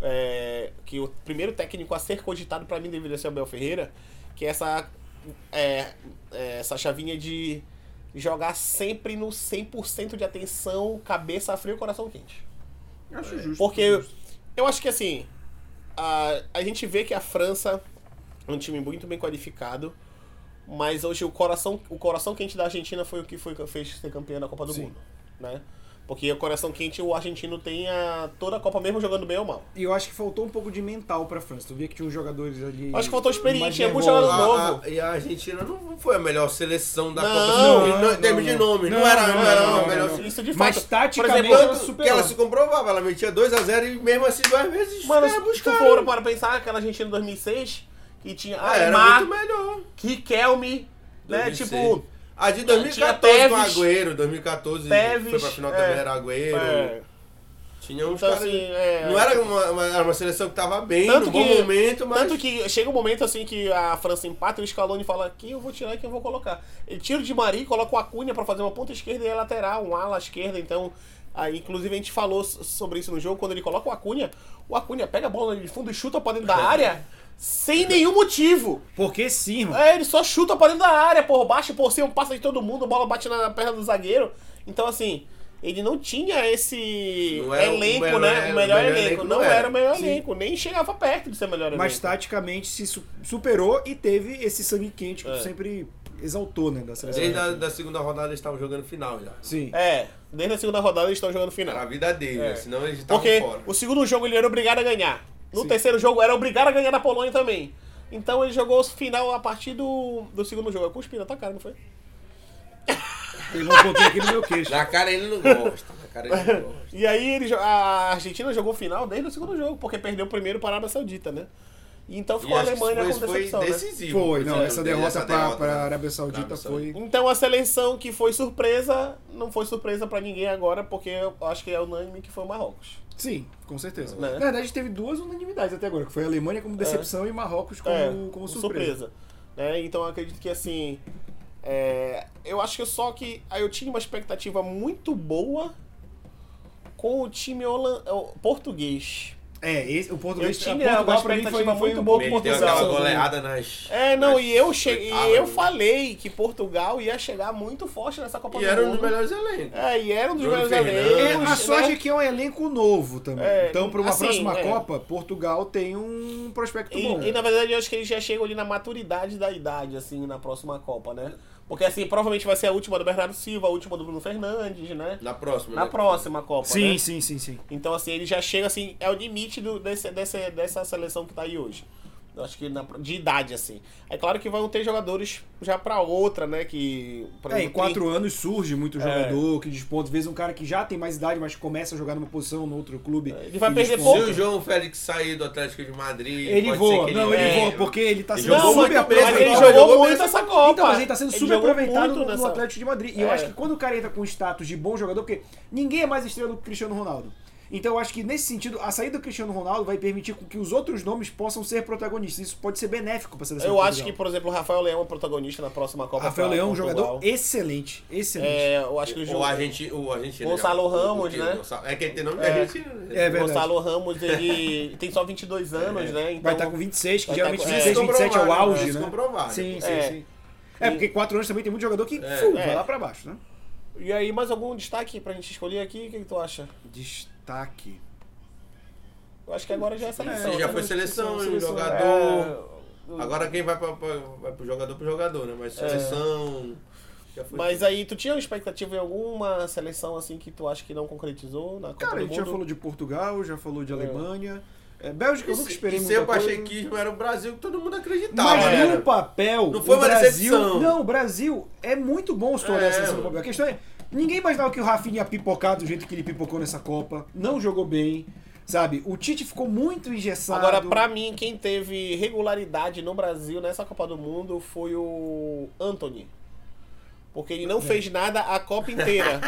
[SPEAKER 1] é, que o primeiro técnico a ser cogitado pra mim deveria ser o Abel Ferreira, que é essa. é, é, essa chavinha de jogar sempre no 100% de atenção, cabeça fria e coração quente.
[SPEAKER 2] Acho justo.
[SPEAKER 1] Porque eu acho que assim. a, a gente vê que a França é um time muito bem qualificado, mas hoje o coração, o coração quente da Argentina foi o que foi, fez ser campeã da Copa do
[SPEAKER 2] Sim.
[SPEAKER 1] Mundo, né? Porque o coração quente o argentino tem a, toda a Copa, mesmo jogando bem ou mal.
[SPEAKER 2] E eu acho que faltou um pouco de mental pra França. Tu via que tinha uns jogadores ali.
[SPEAKER 1] Acho que faltou experiência,
[SPEAKER 2] mais
[SPEAKER 1] tinha muito
[SPEAKER 2] nervosos.
[SPEAKER 1] jogador novo.
[SPEAKER 3] A- a- e a Argentina não foi a melhor seleção da
[SPEAKER 1] Não,
[SPEAKER 3] Copa do Mundo,
[SPEAKER 2] não,
[SPEAKER 3] em
[SPEAKER 2] não,
[SPEAKER 3] no- em termos de
[SPEAKER 2] não.
[SPEAKER 3] nome. Não,
[SPEAKER 2] Não,
[SPEAKER 3] era,
[SPEAKER 2] não,
[SPEAKER 3] não era assim.
[SPEAKER 2] não,
[SPEAKER 3] a
[SPEAKER 2] não,
[SPEAKER 3] melhor
[SPEAKER 2] não.
[SPEAKER 3] seleção.
[SPEAKER 1] Isso de
[SPEAKER 2] Mas
[SPEAKER 1] fato.
[SPEAKER 2] taticamente-
[SPEAKER 1] Por exemplo,
[SPEAKER 2] Ela
[SPEAKER 3] Tanto que
[SPEAKER 2] superou.
[SPEAKER 3] ela se comprovava, ela metia 2x0 e mesmo assim duas vezes
[SPEAKER 1] mano,
[SPEAKER 3] os caras
[SPEAKER 1] se tu
[SPEAKER 3] buscaram.
[SPEAKER 1] for para pensar aquela Argentina de 2006, que tinha
[SPEAKER 3] Ah, era
[SPEAKER 1] Aymar,
[SPEAKER 3] muito melhor.
[SPEAKER 1] Riquelme, né?
[SPEAKER 3] 2006.
[SPEAKER 1] Tipo,
[SPEAKER 3] A de
[SPEAKER 1] tinha
[SPEAKER 3] 2014
[SPEAKER 1] Tevez.
[SPEAKER 3] com o Agüero, 2014
[SPEAKER 1] Tevez,
[SPEAKER 3] foi pra final
[SPEAKER 1] é.
[SPEAKER 3] também, era Agüero.
[SPEAKER 1] é,
[SPEAKER 3] Tinha uns
[SPEAKER 1] Então,
[SPEAKER 3] caras.
[SPEAKER 1] assim, é-
[SPEAKER 3] Não era uma, uma- era uma seleção que tava bem,
[SPEAKER 1] Tanto
[SPEAKER 3] num bom
[SPEAKER 1] que-
[SPEAKER 3] momento, mas.
[SPEAKER 1] Tanto que chega um momento assim que a França empata e o Scaloni fala quem eu vou tirar e quem eu vou colocar. Ele tira o Di Maria e coloca o Acunha pra fazer uma ponta esquerda e a lateral, um ala à esquerda, então... Aí, inclusive, a gente falou so- sobre isso no jogo, quando ele coloca o Acunha, o Acunha pega a bola de fundo e chuta pra dentro da área sem nenhum motivo.
[SPEAKER 2] Porque sim, mano.
[SPEAKER 1] É, ele só chuta pra dentro da área, por baixo, por cima, passa de todo mundo, a bola bate na perna do zagueiro. Então, assim, ele não tinha esse
[SPEAKER 3] Não era o
[SPEAKER 1] elenco,
[SPEAKER 3] melhor-
[SPEAKER 1] né? O melhor, elenco. Não, era. o melhor
[SPEAKER 2] Sim.
[SPEAKER 1] elenco, nem chegava perto de ser o melhor
[SPEAKER 2] Mas tá
[SPEAKER 1] elenco.
[SPEAKER 2] taticamente se su- superou e teve esse sangue quente que
[SPEAKER 1] É.
[SPEAKER 2] tu sempre exaltou, né? Da seleção.
[SPEAKER 3] Desde a da segunda rodada eles estavam jogando final já.
[SPEAKER 2] Sim.
[SPEAKER 1] É, desde a segunda rodada eles estão jogando
[SPEAKER 3] Era a
[SPEAKER 1] final.
[SPEAKER 3] vida dele,
[SPEAKER 1] É.
[SPEAKER 3] né? senão eles estavam
[SPEAKER 1] Porque
[SPEAKER 3] fora.
[SPEAKER 1] o segundo jogo ele era obrigado a ganhar. No
[SPEAKER 2] Sim.
[SPEAKER 1] terceiro jogo era obrigado a ganhar da Polônia também. Então ele jogou o final a partir do, do segundo jogo. É cuspir na tua cara, não foi?
[SPEAKER 2] Pegou um pouquinho aqui no meu queixo.
[SPEAKER 3] Na cara ele não gosta. Na cara ele não gosta.
[SPEAKER 1] E aí ele, jo- a Argentina jogou final desde o segundo jogo, porque perdeu o primeiro para a Arábia Saudita, né? E então ficou
[SPEAKER 3] E
[SPEAKER 1] a
[SPEAKER 3] acho que
[SPEAKER 1] Alemanha
[SPEAKER 3] isso
[SPEAKER 1] com
[SPEAKER 3] foi,
[SPEAKER 1] decepção,
[SPEAKER 3] foi
[SPEAKER 1] né?
[SPEAKER 3] decisivo.
[SPEAKER 2] Foi, não,
[SPEAKER 3] Esse-
[SPEAKER 2] essa derrota,
[SPEAKER 3] essa
[SPEAKER 2] pra,
[SPEAKER 3] derrota,
[SPEAKER 2] pra
[SPEAKER 3] né?
[SPEAKER 2] Arábia Saudita
[SPEAKER 3] Arábia
[SPEAKER 2] foi.
[SPEAKER 3] Saudita.
[SPEAKER 1] Então a seleção que foi surpresa, não foi surpresa para ninguém agora, porque eu acho que é unânime que foi o Marrocos.
[SPEAKER 2] Sim, com certeza.
[SPEAKER 1] Né?
[SPEAKER 2] Na verdade, teve duas unanimidades até agora, que foi a Alemanha como decepção e Marrocos como,
[SPEAKER 1] É,
[SPEAKER 2] como surpresa.
[SPEAKER 1] Né? Então eu acredito que assim. é, eu acho que só que aí eu tinha uma expectativa muito boa com o time holan- o- português.
[SPEAKER 2] É, esse, o português
[SPEAKER 1] Eu tinha
[SPEAKER 2] a
[SPEAKER 1] uma
[SPEAKER 2] Portugal pra mim foi,
[SPEAKER 1] expectativa
[SPEAKER 2] foi
[SPEAKER 1] muito
[SPEAKER 2] um
[SPEAKER 1] boa
[SPEAKER 2] pouco
[SPEAKER 1] com
[SPEAKER 3] Meteu
[SPEAKER 1] Portugal.
[SPEAKER 3] aquela
[SPEAKER 2] decepção.
[SPEAKER 3] goleada nas.
[SPEAKER 1] É, não,
[SPEAKER 3] nas
[SPEAKER 1] e eu cheguei,
[SPEAKER 3] oitavas,
[SPEAKER 1] e eu
[SPEAKER 3] né?
[SPEAKER 1] falei que Portugal ia chegar muito forte nessa Copa
[SPEAKER 3] E
[SPEAKER 1] do
[SPEAKER 3] era um
[SPEAKER 1] Mundo.
[SPEAKER 3] dos melhores elencos.
[SPEAKER 1] É, e era um dos
[SPEAKER 3] Bruno
[SPEAKER 1] melhores
[SPEAKER 3] Fernandes.
[SPEAKER 2] É,
[SPEAKER 1] elencos,
[SPEAKER 2] a sorte é
[SPEAKER 1] né?
[SPEAKER 2] que é um elenco novo também.
[SPEAKER 1] É,
[SPEAKER 2] então, pra uma
[SPEAKER 1] assim,
[SPEAKER 2] próxima
[SPEAKER 1] é.
[SPEAKER 2] Copa, Portugal tem um prospecto bom.
[SPEAKER 1] E, e, na verdade eu acho que eles já chegam ali na maturidade da idade, assim, na próxima Copa, né? Porque assim, provavelmente vai ser a última do Bernardo Silva, a última do Bruno Fernandes, né?
[SPEAKER 3] Na próxima.
[SPEAKER 1] Na
[SPEAKER 3] né?
[SPEAKER 1] próxima Copa,
[SPEAKER 2] sim,
[SPEAKER 1] né?
[SPEAKER 2] sim, sim, sim.
[SPEAKER 1] Então assim, ele já chega assim, é o limite do, desse, desse- dessa seleção que tá aí hoje. Eu acho que na- de idade, assim. É claro que vão ter jogadores já pra outra, né? Que. por
[SPEAKER 2] É, em
[SPEAKER 1] exemplo, É.
[SPEAKER 2] quatro anos surge muito jogador que desponta. Às vezes um cara que já tem mais idade, mas começa a jogar numa posição no outro clube.
[SPEAKER 1] Ele vai
[SPEAKER 2] e
[SPEAKER 1] perder
[SPEAKER 2] desponta.
[SPEAKER 1] ponto.
[SPEAKER 3] Se o João Félix sair do Atlético de Madrid.
[SPEAKER 2] Ele
[SPEAKER 3] pode ser
[SPEAKER 2] voa,
[SPEAKER 3] que
[SPEAKER 2] não,
[SPEAKER 1] venha.
[SPEAKER 2] ele
[SPEAKER 3] venha.
[SPEAKER 2] voa, porque ele tá
[SPEAKER 3] Ele
[SPEAKER 2] sendo
[SPEAKER 1] Não,
[SPEAKER 3] jogou
[SPEAKER 1] mas,
[SPEAKER 3] muito bem
[SPEAKER 1] mas
[SPEAKER 3] essa
[SPEAKER 1] ele
[SPEAKER 3] Copa,
[SPEAKER 1] jogou,
[SPEAKER 3] jogou bem
[SPEAKER 1] muito
[SPEAKER 3] essa
[SPEAKER 1] essa Copa.
[SPEAKER 2] Então, mas ele tá sendo
[SPEAKER 1] Ele
[SPEAKER 2] super aproveitado
[SPEAKER 1] jogou muito
[SPEAKER 2] no,
[SPEAKER 1] nessa-
[SPEAKER 2] Atlético de Madrid. E eu
[SPEAKER 1] É.
[SPEAKER 2] acho que quando o cara entra com o status de bom jogador, porque ninguém é mais estrela do que o Cristiano Ronaldo. Então eu acho que nesse sentido, a saída do Cristiano Ronaldo vai permitir com que os outros nomes possam ser protagonistas. Isso pode ser benéfico pra seleção.
[SPEAKER 1] Eu
[SPEAKER 2] de
[SPEAKER 1] acho que,
[SPEAKER 2] Portugal.
[SPEAKER 1] por exemplo, o Rafael Leão é protagonista na próxima Copa.
[SPEAKER 2] é Rafael
[SPEAKER 1] pra
[SPEAKER 2] Leão é um
[SPEAKER 1] Portugal.
[SPEAKER 2] jogador excelente, excelente.
[SPEAKER 1] É, eu acho que o
[SPEAKER 3] O
[SPEAKER 1] jogo.
[SPEAKER 3] argentino. O argentino.
[SPEAKER 1] Gonçalo
[SPEAKER 3] né? O- o-
[SPEAKER 1] Ramos,
[SPEAKER 3] o-
[SPEAKER 1] né?
[SPEAKER 3] Gonçalo- É que ele tem nome de argentino, né?
[SPEAKER 2] É, verdade. É.
[SPEAKER 1] Gonçalo Ramos, ele tem só 22 anos, né? Então,
[SPEAKER 2] vai estar com 26, que
[SPEAKER 1] vai
[SPEAKER 2] geralmente
[SPEAKER 1] tá com- é.
[SPEAKER 2] 26, 27 é o
[SPEAKER 3] Comprovado,
[SPEAKER 2] auge,
[SPEAKER 3] né?
[SPEAKER 2] né?
[SPEAKER 3] Comprovado.
[SPEAKER 2] Sim, sim,
[SPEAKER 1] É.
[SPEAKER 2] sim. É, porque 4 anos também tem muito jogador que
[SPEAKER 3] É.
[SPEAKER 2] fu,
[SPEAKER 1] É.
[SPEAKER 2] vai lá pra baixo, né?
[SPEAKER 1] E aí, mais algum destaque pra gente escolher aqui? O que, que tu acha?
[SPEAKER 2] Destaque.
[SPEAKER 1] Eu acho que agora já é seleção.
[SPEAKER 3] Sim, já
[SPEAKER 1] né?
[SPEAKER 3] foi seleção, é um jogador.
[SPEAKER 1] É,
[SPEAKER 3] Agora quem vai, pra, pra, vai pro jogador, pro jogador, né? Mas seleção. Já foi
[SPEAKER 1] Mas aí, tu tinha uma expectativa em alguma seleção assim que tu acha que não concretizou na Copa
[SPEAKER 2] Cara, a
[SPEAKER 1] do
[SPEAKER 2] gente já
[SPEAKER 1] Mundo?
[SPEAKER 2] falou de Portugal, já falou de Alemanha. É, Bélgica, eu nunca esperei
[SPEAKER 3] E
[SPEAKER 2] muito.
[SPEAKER 3] seu pachequismo era o Brasil que todo mundo acreditava,
[SPEAKER 2] Mas
[SPEAKER 3] né?
[SPEAKER 2] no papel,
[SPEAKER 3] Não foi
[SPEAKER 2] o
[SPEAKER 3] uma
[SPEAKER 2] Brasil,
[SPEAKER 3] decepção.
[SPEAKER 2] Não, o Brasil é muito bom se tu olhar
[SPEAKER 3] É.
[SPEAKER 2] a seleção do papel. A questão é, ninguém imaginava que o Rafinha ia pipocar do jeito que ele pipocou nessa Copa. Não jogou bem, sabe? O Tite ficou muito engessado.
[SPEAKER 1] Agora, pra mim, quem teve regularidade no Brasil nessa Copa do Mundo foi o Anthony. Porque ele não
[SPEAKER 3] É.
[SPEAKER 1] fez nada a Copa inteira.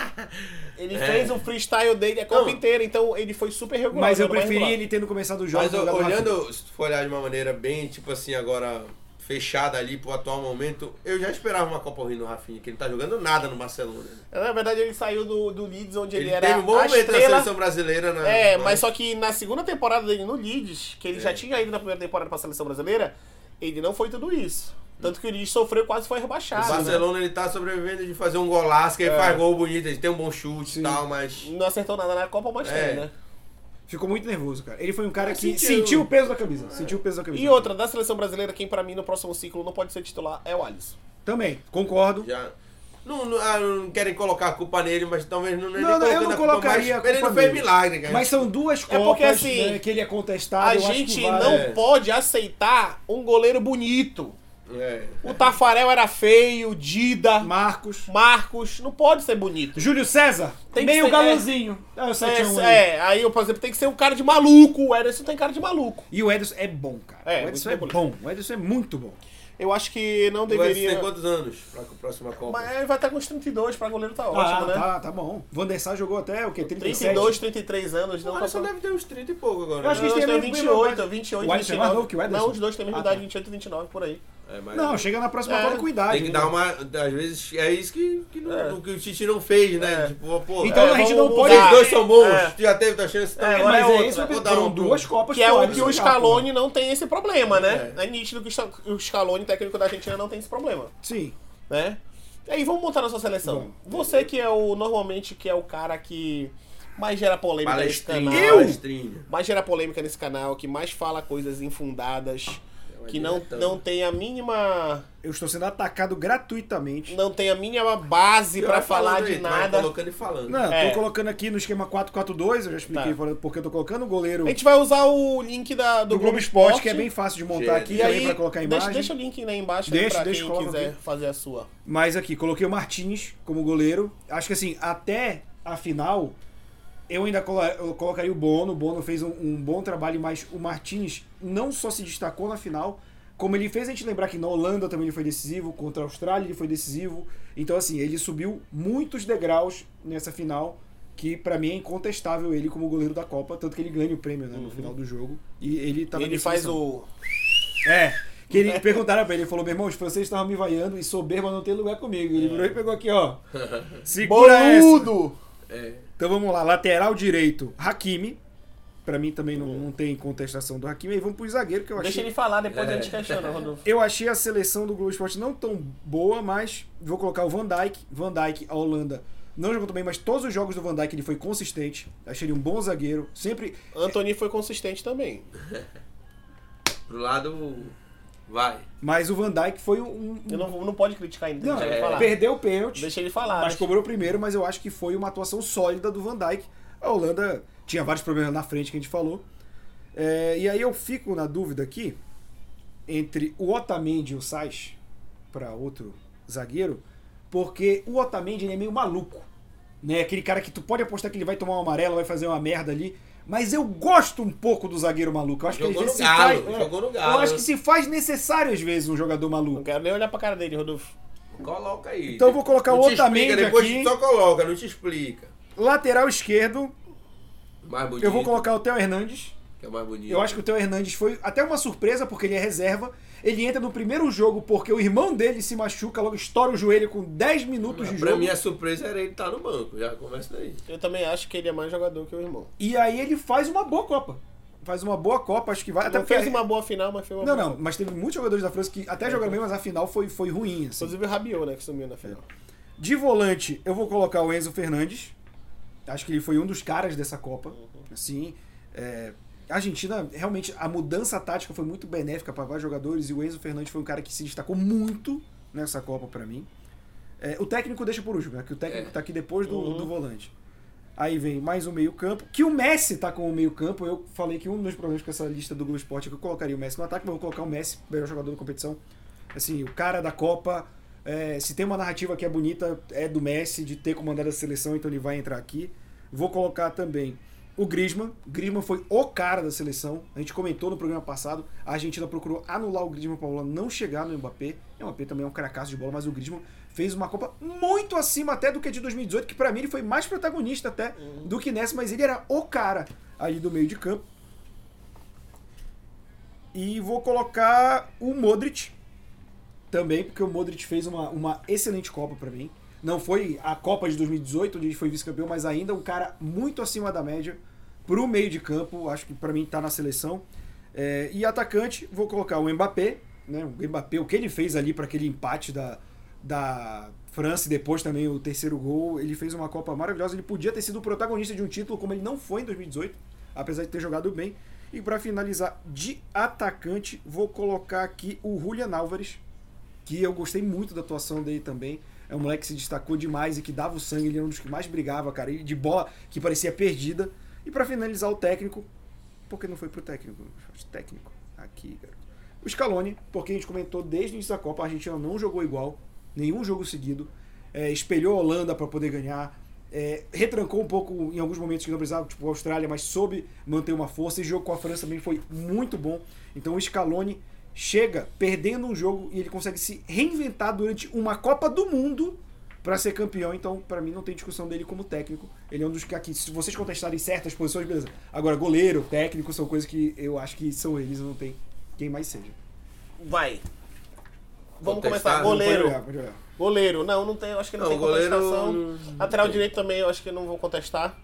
[SPEAKER 1] Ele fez o freestyle dele a Copa
[SPEAKER 3] Não.
[SPEAKER 1] inteira, então ele foi super regular.
[SPEAKER 2] Mas eu
[SPEAKER 1] jogando mais
[SPEAKER 2] preferi
[SPEAKER 1] regular.
[SPEAKER 2] ele tendo começado o jogo.
[SPEAKER 3] Mas
[SPEAKER 2] do
[SPEAKER 3] ó,
[SPEAKER 2] lugar do Rafinha.
[SPEAKER 3] olhando, se tu for olhar de uma maneira bem, tipo assim, agora fechada ali pro atual momento, eu já esperava uma Copa Rio no Rafinha, que ele não tá jogando nada no Barcelona. né?
[SPEAKER 1] Na verdade, ele saiu do, do Leeds, onde ele,
[SPEAKER 3] Ele,
[SPEAKER 1] era
[SPEAKER 3] teve um bom
[SPEAKER 1] a
[SPEAKER 3] momento na
[SPEAKER 1] estrela.
[SPEAKER 3] seleção brasileira, É. né?
[SPEAKER 1] É, mas só que na segunda temporada dele no Leeds, que ele já tinha ido na primeira temporada pra seleção brasileira, ele não foi tudo isso. Tanto que o Leeds sofreu, quase foi
[SPEAKER 3] O
[SPEAKER 1] rebaixado. né?
[SPEAKER 3] Barcelona ele tá sobrevivendo de fazer um golaço, que ele faz gol bonito, ele tem um bom chute e
[SPEAKER 2] É. Sim.
[SPEAKER 3] tal, mas.
[SPEAKER 1] Não acertou nada na Copa, mas
[SPEAKER 3] É.
[SPEAKER 1] tem, né?
[SPEAKER 2] Ficou muito nervoso, cara. Ele foi um cara
[SPEAKER 3] Ah,
[SPEAKER 2] que
[SPEAKER 3] sentiu.
[SPEAKER 2] sentiu o peso da camisa. Sentiu o peso da camisa.
[SPEAKER 1] E outra, da seleção brasileira, quem pra mim no próximo ciclo não pode ser titular é o Alisson.
[SPEAKER 2] Também, concordo.
[SPEAKER 3] Já. Não, não, ah, não querem colocar a culpa nele, mas talvez não, é nem
[SPEAKER 2] Não, não, eu
[SPEAKER 3] colocando
[SPEAKER 2] não
[SPEAKER 3] a culpa,
[SPEAKER 2] colocaria
[SPEAKER 3] mas
[SPEAKER 2] a
[SPEAKER 3] ele
[SPEAKER 2] culpa
[SPEAKER 3] não fez
[SPEAKER 2] nele.
[SPEAKER 3] milagre, cara.
[SPEAKER 2] Mas são duas copas
[SPEAKER 1] porque, assim,
[SPEAKER 2] né, que ele é contestado.
[SPEAKER 1] A
[SPEAKER 2] eu acho
[SPEAKER 1] gente
[SPEAKER 2] que vale.
[SPEAKER 1] não
[SPEAKER 3] É.
[SPEAKER 1] pode aceitar um goleiro bonito.
[SPEAKER 3] É.
[SPEAKER 1] O Tafarel era feio, Dida,
[SPEAKER 2] Marcos.
[SPEAKER 1] Marcos, não pode ser bonito.
[SPEAKER 2] Júlio César,
[SPEAKER 1] Tem que
[SPEAKER 2] meio
[SPEAKER 1] ser-
[SPEAKER 2] galãozinho. É, o 7 1 aí.
[SPEAKER 1] É, é, aí eu, por exemplo, tem que ser um cara de maluco. O Ederson tem cara de maluco.
[SPEAKER 2] E o Ederson é bom, cara.
[SPEAKER 1] É,
[SPEAKER 2] o Ederson é
[SPEAKER 1] muito
[SPEAKER 2] bom. O Ederson é muito bom.
[SPEAKER 1] Eu acho que não
[SPEAKER 3] Vai ter
[SPEAKER 1] deveria.
[SPEAKER 3] quantos anos pra próxima Copa?
[SPEAKER 1] Mas ele vai estar com os 32, pra goleiro tá
[SPEAKER 2] Ah,
[SPEAKER 1] ótimo, né?
[SPEAKER 2] tá, tá bom. Van der Sar jogou até o quê? 37?
[SPEAKER 1] 32, 33 anos, não
[SPEAKER 3] O
[SPEAKER 1] tá
[SPEAKER 3] Alisson
[SPEAKER 1] pra...
[SPEAKER 3] deve ter uns 30 e pouco agora.
[SPEAKER 2] Eu acho
[SPEAKER 3] né?
[SPEAKER 2] que-
[SPEAKER 1] Não,
[SPEAKER 2] eles têm
[SPEAKER 1] tem
[SPEAKER 2] a mesma
[SPEAKER 1] 28,
[SPEAKER 2] idade.
[SPEAKER 1] 28,
[SPEAKER 2] O Alisson é mais
[SPEAKER 1] 29.
[SPEAKER 2] novo que o Ederson?
[SPEAKER 1] Não, os dois têm a mesma
[SPEAKER 2] Ah,
[SPEAKER 1] idade,
[SPEAKER 2] tá.
[SPEAKER 1] 28 e 29, por aí.
[SPEAKER 3] É, mas-
[SPEAKER 2] Não, chega na próxima
[SPEAKER 1] É,
[SPEAKER 2] Copa com idade.
[SPEAKER 3] Tem que
[SPEAKER 2] né?
[SPEAKER 3] dar uma. Às vezes é isso que, que, não- o que o Tite não fez, né?
[SPEAKER 1] É.
[SPEAKER 3] Tipo, pô,
[SPEAKER 2] Então
[SPEAKER 3] é,
[SPEAKER 2] a gente não
[SPEAKER 1] vamos
[SPEAKER 2] pode-
[SPEAKER 1] mudar.
[SPEAKER 3] vocês dois são bons,
[SPEAKER 1] É.
[SPEAKER 3] tu já teve tua chance então
[SPEAKER 1] É,
[SPEAKER 3] também.
[SPEAKER 2] Mas
[SPEAKER 1] agora
[SPEAKER 2] é
[SPEAKER 1] outra.
[SPEAKER 2] isso, meu
[SPEAKER 3] Vou
[SPEAKER 2] Pedro,
[SPEAKER 3] dar
[SPEAKER 2] foram
[SPEAKER 3] um pro-
[SPEAKER 2] duas Copas
[SPEAKER 1] Que é o
[SPEAKER 2] Alisson
[SPEAKER 1] que o
[SPEAKER 2] jogar, pô.
[SPEAKER 1] Scaloni não tem esse problema, né?
[SPEAKER 3] É.
[SPEAKER 1] É, nítido que o Sca- o Scaloni, técnico da Argentina, não tem esse problema,
[SPEAKER 2] Sim.
[SPEAKER 1] né? E aí, vamos montar nossa seleção. Você que é o, normalmente, que é o cara que mais gera polêmica nesse canal.
[SPEAKER 3] Palestrinha,
[SPEAKER 2] Eu?
[SPEAKER 3] palestrinha.
[SPEAKER 1] mais gera polêmica nesse canal, que mais fala coisas infundadas,
[SPEAKER 3] Vai
[SPEAKER 1] que
[SPEAKER 2] é
[SPEAKER 1] não,
[SPEAKER 3] diretando.
[SPEAKER 1] não tem a mínima.
[SPEAKER 2] Eu estou sendo atacado gratuitamente.
[SPEAKER 1] não tem a mínima base pra
[SPEAKER 2] é
[SPEAKER 3] Vai
[SPEAKER 1] falar
[SPEAKER 3] falando
[SPEAKER 1] de
[SPEAKER 3] aí,
[SPEAKER 2] né?
[SPEAKER 3] tu vai
[SPEAKER 1] nada.
[SPEAKER 3] Colocando e falando.
[SPEAKER 2] Não,
[SPEAKER 1] É. Tá.
[SPEAKER 2] tô colocando aqui no esquema 4-4-2, eu já expliquei porque eu tô colocando o goleiro
[SPEAKER 1] A gente vai usar o link da, do,
[SPEAKER 2] do Globo Esporte, que é bem fácil de montar
[SPEAKER 3] Gente.
[SPEAKER 2] aqui
[SPEAKER 1] e
[SPEAKER 2] também
[SPEAKER 1] aí,
[SPEAKER 2] pra colocar a
[SPEAKER 1] deixa,
[SPEAKER 2] imagem.
[SPEAKER 1] deixa o link aí embaixo
[SPEAKER 2] Deixa,
[SPEAKER 1] pra
[SPEAKER 2] deixa,
[SPEAKER 1] quem
[SPEAKER 2] coloca
[SPEAKER 1] quiser
[SPEAKER 2] aqui.
[SPEAKER 1] fazer a sua.
[SPEAKER 2] Mas aqui, coloquei o Martins como goleiro. Acho que assim, até a final, eu ainda colo- eu colocaria o Bono. O Bono fez um, um bom trabalho, mas o Martins não só se destacou na final, como ele fez a gente lembrar que na Holanda também ele foi decisivo, contra a Austrália ele foi decisivo. Então, assim, ele subiu muitos degraus nessa final, que pra mim é incontestável ele como goleiro da Copa, tanto que ele ganha o prêmio né, no final do jogo. E ele tá na
[SPEAKER 1] Uhum. ele
[SPEAKER 2] minha
[SPEAKER 1] faz
[SPEAKER 2] seleção.
[SPEAKER 1] o.
[SPEAKER 2] É. Que ele perguntaram pra ele, ele falou, meu irmão, os franceses estavam me vaiando e soberba não tem lugar comigo. Ele virou e pegou aqui, ó. Segura essa.
[SPEAKER 1] Boludo!
[SPEAKER 3] É.
[SPEAKER 2] Então vamos lá, lateral direito, Hakimi. Pra mim também não, não tem contestação do Hakimi. Aí vamos pro zagueiro, que eu
[SPEAKER 1] Deixa
[SPEAKER 2] achei...
[SPEAKER 1] ele falar, depois a gente questiona, Rodolfo.
[SPEAKER 2] Eu achei a seleção do Globo Esporte não tão boa, mas vou colocar o Van Dijk. Van Dijk, a Holanda, não jogou tão bem, mas todos os jogos do Van Dijk ele foi consistente. Achei ele um bom zagueiro. Sempre...
[SPEAKER 1] Anthony foi consistente também.
[SPEAKER 3] Pro lado. Vai.
[SPEAKER 2] Mas o Van Dijk foi um... um-
[SPEAKER 1] Eu não, vou- não pode criticar ainda,
[SPEAKER 2] Não,
[SPEAKER 1] deixa ele
[SPEAKER 3] é,
[SPEAKER 1] falar.
[SPEAKER 2] perdeu o pênalti.
[SPEAKER 1] Deixa ele falar.
[SPEAKER 2] Mas
[SPEAKER 1] né?
[SPEAKER 2] cobrou o primeiro, mas eu acho que foi uma atuação sólida do Van Dijk. A Holanda tinha vários problemas na frente que a gente falou. É, e aí eu fico na dúvida aqui entre o Otamendi e o Sainz para outro zagueiro, porque o Otamendi ele é meio maluco, né? Aquele cara que tu pode apostar que ele vai tomar um amarelo, vai fazer uma merda ali. Mas eu gosto um pouco do zagueiro maluco. Eu acho que
[SPEAKER 3] Jogou
[SPEAKER 2] às vezes
[SPEAKER 3] no
[SPEAKER 2] se
[SPEAKER 3] galo,
[SPEAKER 2] faz, É,
[SPEAKER 3] jogou no
[SPEAKER 2] Eu
[SPEAKER 3] galo.
[SPEAKER 2] acho que se faz necessário às vezes um jogador
[SPEAKER 1] Não
[SPEAKER 2] maluco.
[SPEAKER 1] quero nem olhar pra cara dele, Rodolfo.
[SPEAKER 3] Coloca aí.
[SPEAKER 2] Então eu vou colocar
[SPEAKER 3] Não
[SPEAKER 2] o
[SPEAKER 3] te explica,
[SPEAKER 2] Otamendi
[SPEAKER 3] Depois
[SPEAKER 2] aqui.
[SPEAKER 3] tu só coloca, não te explica.
[SPEAKER 2] Lateral esquerdo,
[SPEAKER 3] Mais bonito.
[SPEAKER 2] Eu vou colocar o Theo Hernandes.
[SPEAKER 3] Que é mais bonito.
[SPEAKER 2] Eu acho que o Theo Hernandes foi até uma surpresa, porque ele é reserva. Ele entra no primeiro jogo porque o irmão dele se machuca, logo estoura o joelho com 10 minutos de
[SPEAKER 3] Pra
[SPEAKER 2] é jogo.
[SPEAKER 3] mim é- a surpresa era ele estar no banco. Já começa daí.
[SPEAKER 1] Eu também acho que ele é mais jogador que o irmão.
[SPEAKER 2] E aí ele faz uma boa Copa. Faz uma boa Copa, acho que vai. Até
[SPEAKER 1] Não
[SPEAKER 2] porque...
[SPEAKER 1] fez uma boa final, mas foi uma
[SPEAKER 2] Não,
[SPEAKER 1] boa.
[SPEAKER 2] não, mas teve muitos jogadores da França que até jogaram bem, mas a final foi, foi ruim. assim.
[SPEAKER 1] Inclusive o Rabiot, né, que sumiu na final.
[SPEAKER 2] De volante, eu vou colocar o Enzo Fernandes. Acho que ele foi um dos caras dessa Copa. Assim, é, a Argentina, realmente, a mudança tática foi muito benéfica para vários jogadores e o Enzo Fernandes foi um cara que se destacou muito nessa Copa para mim. É, o técnico deixa por último, né? Que o técnico
[SPEAKER 3] É.
[SPEAKER 2] tá aqui depois do,
[SPEAKER 1] Uhum.
[SPEAKER 2] do volante. Aí vem mais um meio-campo. Que o Messi tá com o meio-campo. Eu falei que um dos problemas com essa lista do Globo Esporte é que eu colocaria o Messi no ataque, mas eu vou colocar o Messi, melhor jogador da competição. Assim, o cara da Copa. é, se tem uma narrativa que é bonita, é do Messi, de ter comandado a seleção, então ele vai entrar aqui. Vou colocar também o Griezmann. Griezmann foi o cara da seleção. A gente comentou no programa passado. A Argentina procurou anular o Griezmann para não chegar no Mbappé. O Mbappé também é um cracaço de bola, mas o Griezmann fez uma Copa muito acima até do que a de 2018, que para mim ele foi mais protagonista até do que nessa, mas ele era o cara ali do meio de campo. E vou colocar o Modric também, porque o Modric fez uma, uma excelente Copa pra mim. Não foi a Copa de 2018, onde ele foi vice-campeão, mas ainda um cara muito acima da média pro meio de campo. Acho que pra mim tá na seleção. É, e atacante, vou colocar o Mbappé, né? O Mbappé, o que ele fez ali pra aquele empate da, da França e depois também o terceiro gol. Ele fez uma Copa maravilhosa. Ele podia ter sido o protagonista de um título, como ele não foi em 2018. apesar de ter jogado bem. E pra finalizar, de atacante, vou colocar aqui o Julian Álvares, que eu gostei muito da atuação dele também. É um moleque que se destacou demais e que dava o sangue, ele era um dos que mais brigava, cara, e de bola que parecia perdida. E pra finalizar, o técnico, porque não foi pro técnico, técnico aqui, garoto. O Scaloni, porque a gente comentou desde o início da Copa, a Argentina não jogou igual, nenhum jogo seguido, É, espelhou a Holanda para poder ganhar, é, retrancou um pouco em alguns momentos que não precisava, tipo a Austrália, mas soube manter uma força. E o jogo com a França também foi muito bom. Então o Scaloni chega perdendo um jogo e ele consegue se reinventar durante uma Copa do Mundo para ser campeão. Então, para mim, não tem discussão dele como técnico. Ele é um dos que aqui, se vocês contestarem certas posições, beleza. Agora, goleiro, técnico, são coisas que eu acho que são eles, não tem quem mais seja.
[SPEAKER 1] Vai. Vamos começar.
[SPEAKER 3] Contestar, não pode
[SPEAKER 1] Goleiro.
[SPEAKER 2] Pode olhar, pode olhar.
[SPEAKER 1] Goleiro, não, não tem, eu acho que não,
[SPEAKER 3] Não,
[SPEAKER 1] tem
[SPEAKER 3] goleiro,
[SPEAKER 1] contestação.
[SPEAKER 3] não-
[SPEAKER 1] Lateral direito também, eu acho que não vou contestar.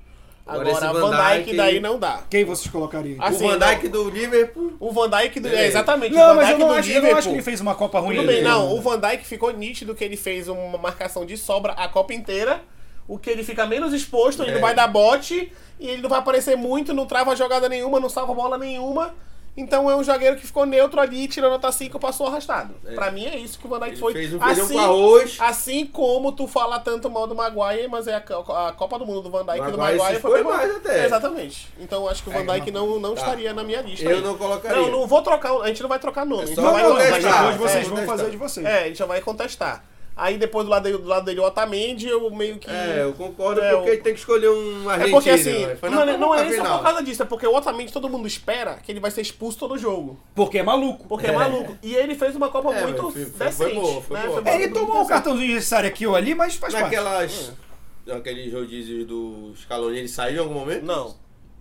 [SPEAKER 3] Agora
[SPEAKER 1] Agora,
[SPEAKER 3] esse Van
[SPEAKER 1] Van Dyke
[SPEAKER 3] Dijk-
[SPEAKER 1] daí não dá.
[SPEAKER 2] Quem vocês colocariam?
[SPEAKER 1] Ah,
[SPEAKER 3] O
[SPEAKER 1] Assim,
[SPEAKER 3] Van
[SPEAKER 1] não.
[SPEAKER 3] Dijk do Liverpool.
[SPEAKER 1] O Van Dijk do...
[SPEAKER 3] Beleza.
[SPEAKER 1] É, exatamente. o
[SPEAKER 2] Não,
[SPEAKER 1] Van
[SPEAKER 2] mas eu
[SPEAKER 1] Dijk
[SPEAKER 2] não,
[SPEAKER 1] do
[SPEAKER 2] acho, eu não acho que ele
[SPEAKER 1] Liverpool.
[SPEAKER 2] fez uma Copa ruim.
[SPEAKER 1] Tudo bem,
[SPEAKER 2] né?
[SPEAKER 1] não. O Van Dijk ficou nítido que ele fez uma marcação de sobra a Copa inteira. O que ele fica menos exposto, ele
[SPEAKER 3] É.
[SPEAKER 1] não vai dar bote. E ele não vai aparecer muito, não trava jogada nenhuma, não salva bola nenhuma. Então é um zagueiro que ficou neutro ali, tirou nota 5, passou arrastado. Pra mim é isso que o Van Dijk
[SPEAKER 3] Ele
[SPEAKER 1] foi.
[SPEAKER 3] fez um feijão com arroz.
[SPEAKER 1] assim como tu fala tanto mal do Maguire, mas é a, co- a Copa do Mundo do Van Dijk e do
[SPEAKER 3] Maguire se
[SPEAKER 1] Maguire
[SPEAKER 3] foi
[SPEAKER 1] bem bom.
[SPEAKER 3] mais até. É, tá.
[SPEAKER 1] Exatamente. Então acho que o Van Dijk não, não estaria na minha lista.
[SPEAKER 3] Eu
[SPEAKER 1] aí.
[SPEAKER 3] não colocaria. É
[SPEAKER 1] Não, não vou trocar, a gente não vai trocar nome. a gente
[SPEAKER 3] só
[SPEAKER 2] Não,
[SPEAKER 1] vai
[SPEAKER 2] não,
[SPEAKER 3] contestar.
[SPEAKER 2] mas depois
[SPEAKER 1] contestar.
[SPEAKER 2] vocês
[SPEAKER 1] É,
[SPEAKER 2] vão fazer a de
[SPEAKER 3] Tipo assim.
[SPEAKER 2] vocês.
[SPEAKER 1] é, ele já vai contestar. Aí depois do lado dele, do lado dele o Otamendi, eu meio que.
[SPEAKER 3] É, eu concordo
[SPEAKER 1] É,
[SPEAKER 3] porque
[SPEAKER 1] o-
[SPEAKER 3] ele tem que escolher um
[SPEAKER 1] É
[SPEAKER 3] argentino.
[SPEAKER 1] porque assim,
[SPEAKER 3] mas foi na
[SPEAKER 1] não, é- não é
[SPEAKER 3] Copa
[SPEAKER 1] nem só
[SPEAKER 3] final.
[SPEAKER 1] por causa disso, é porque o Otamendi todo mundo espera que ele vai ser expulso todo jogo.
[SPEAKER 2] Porque é maluco.
[SPEAKER 1] Porque é, maluco. E ele fez uma Copa
[SPEAKER 3] É,
[SPEAKER 1] muito
[SPEAKER 3] mas foi- foi- foi
[SPEAKER 1] decente.
[SPEAKER 3] boa, foi
[SPEAKER 1] né?
[SPEAKER 3] boa.
[SPEAKER 1] uma
[SPEAKER 2] Ele
[SPEAKER 1] Copa
[SPEAKER 2] tomou
[SPEAKER 1] muito
[SPEAKER 2] um cartãozinho necessário aqui ou ali, mas faz parte.
[SPEAKER 1] Hum.
[SPEAKER 3] Naquelas. Aqueles rodízios do Scaloni, ele saiu em algum momento?
[SPEAKER 1] Não.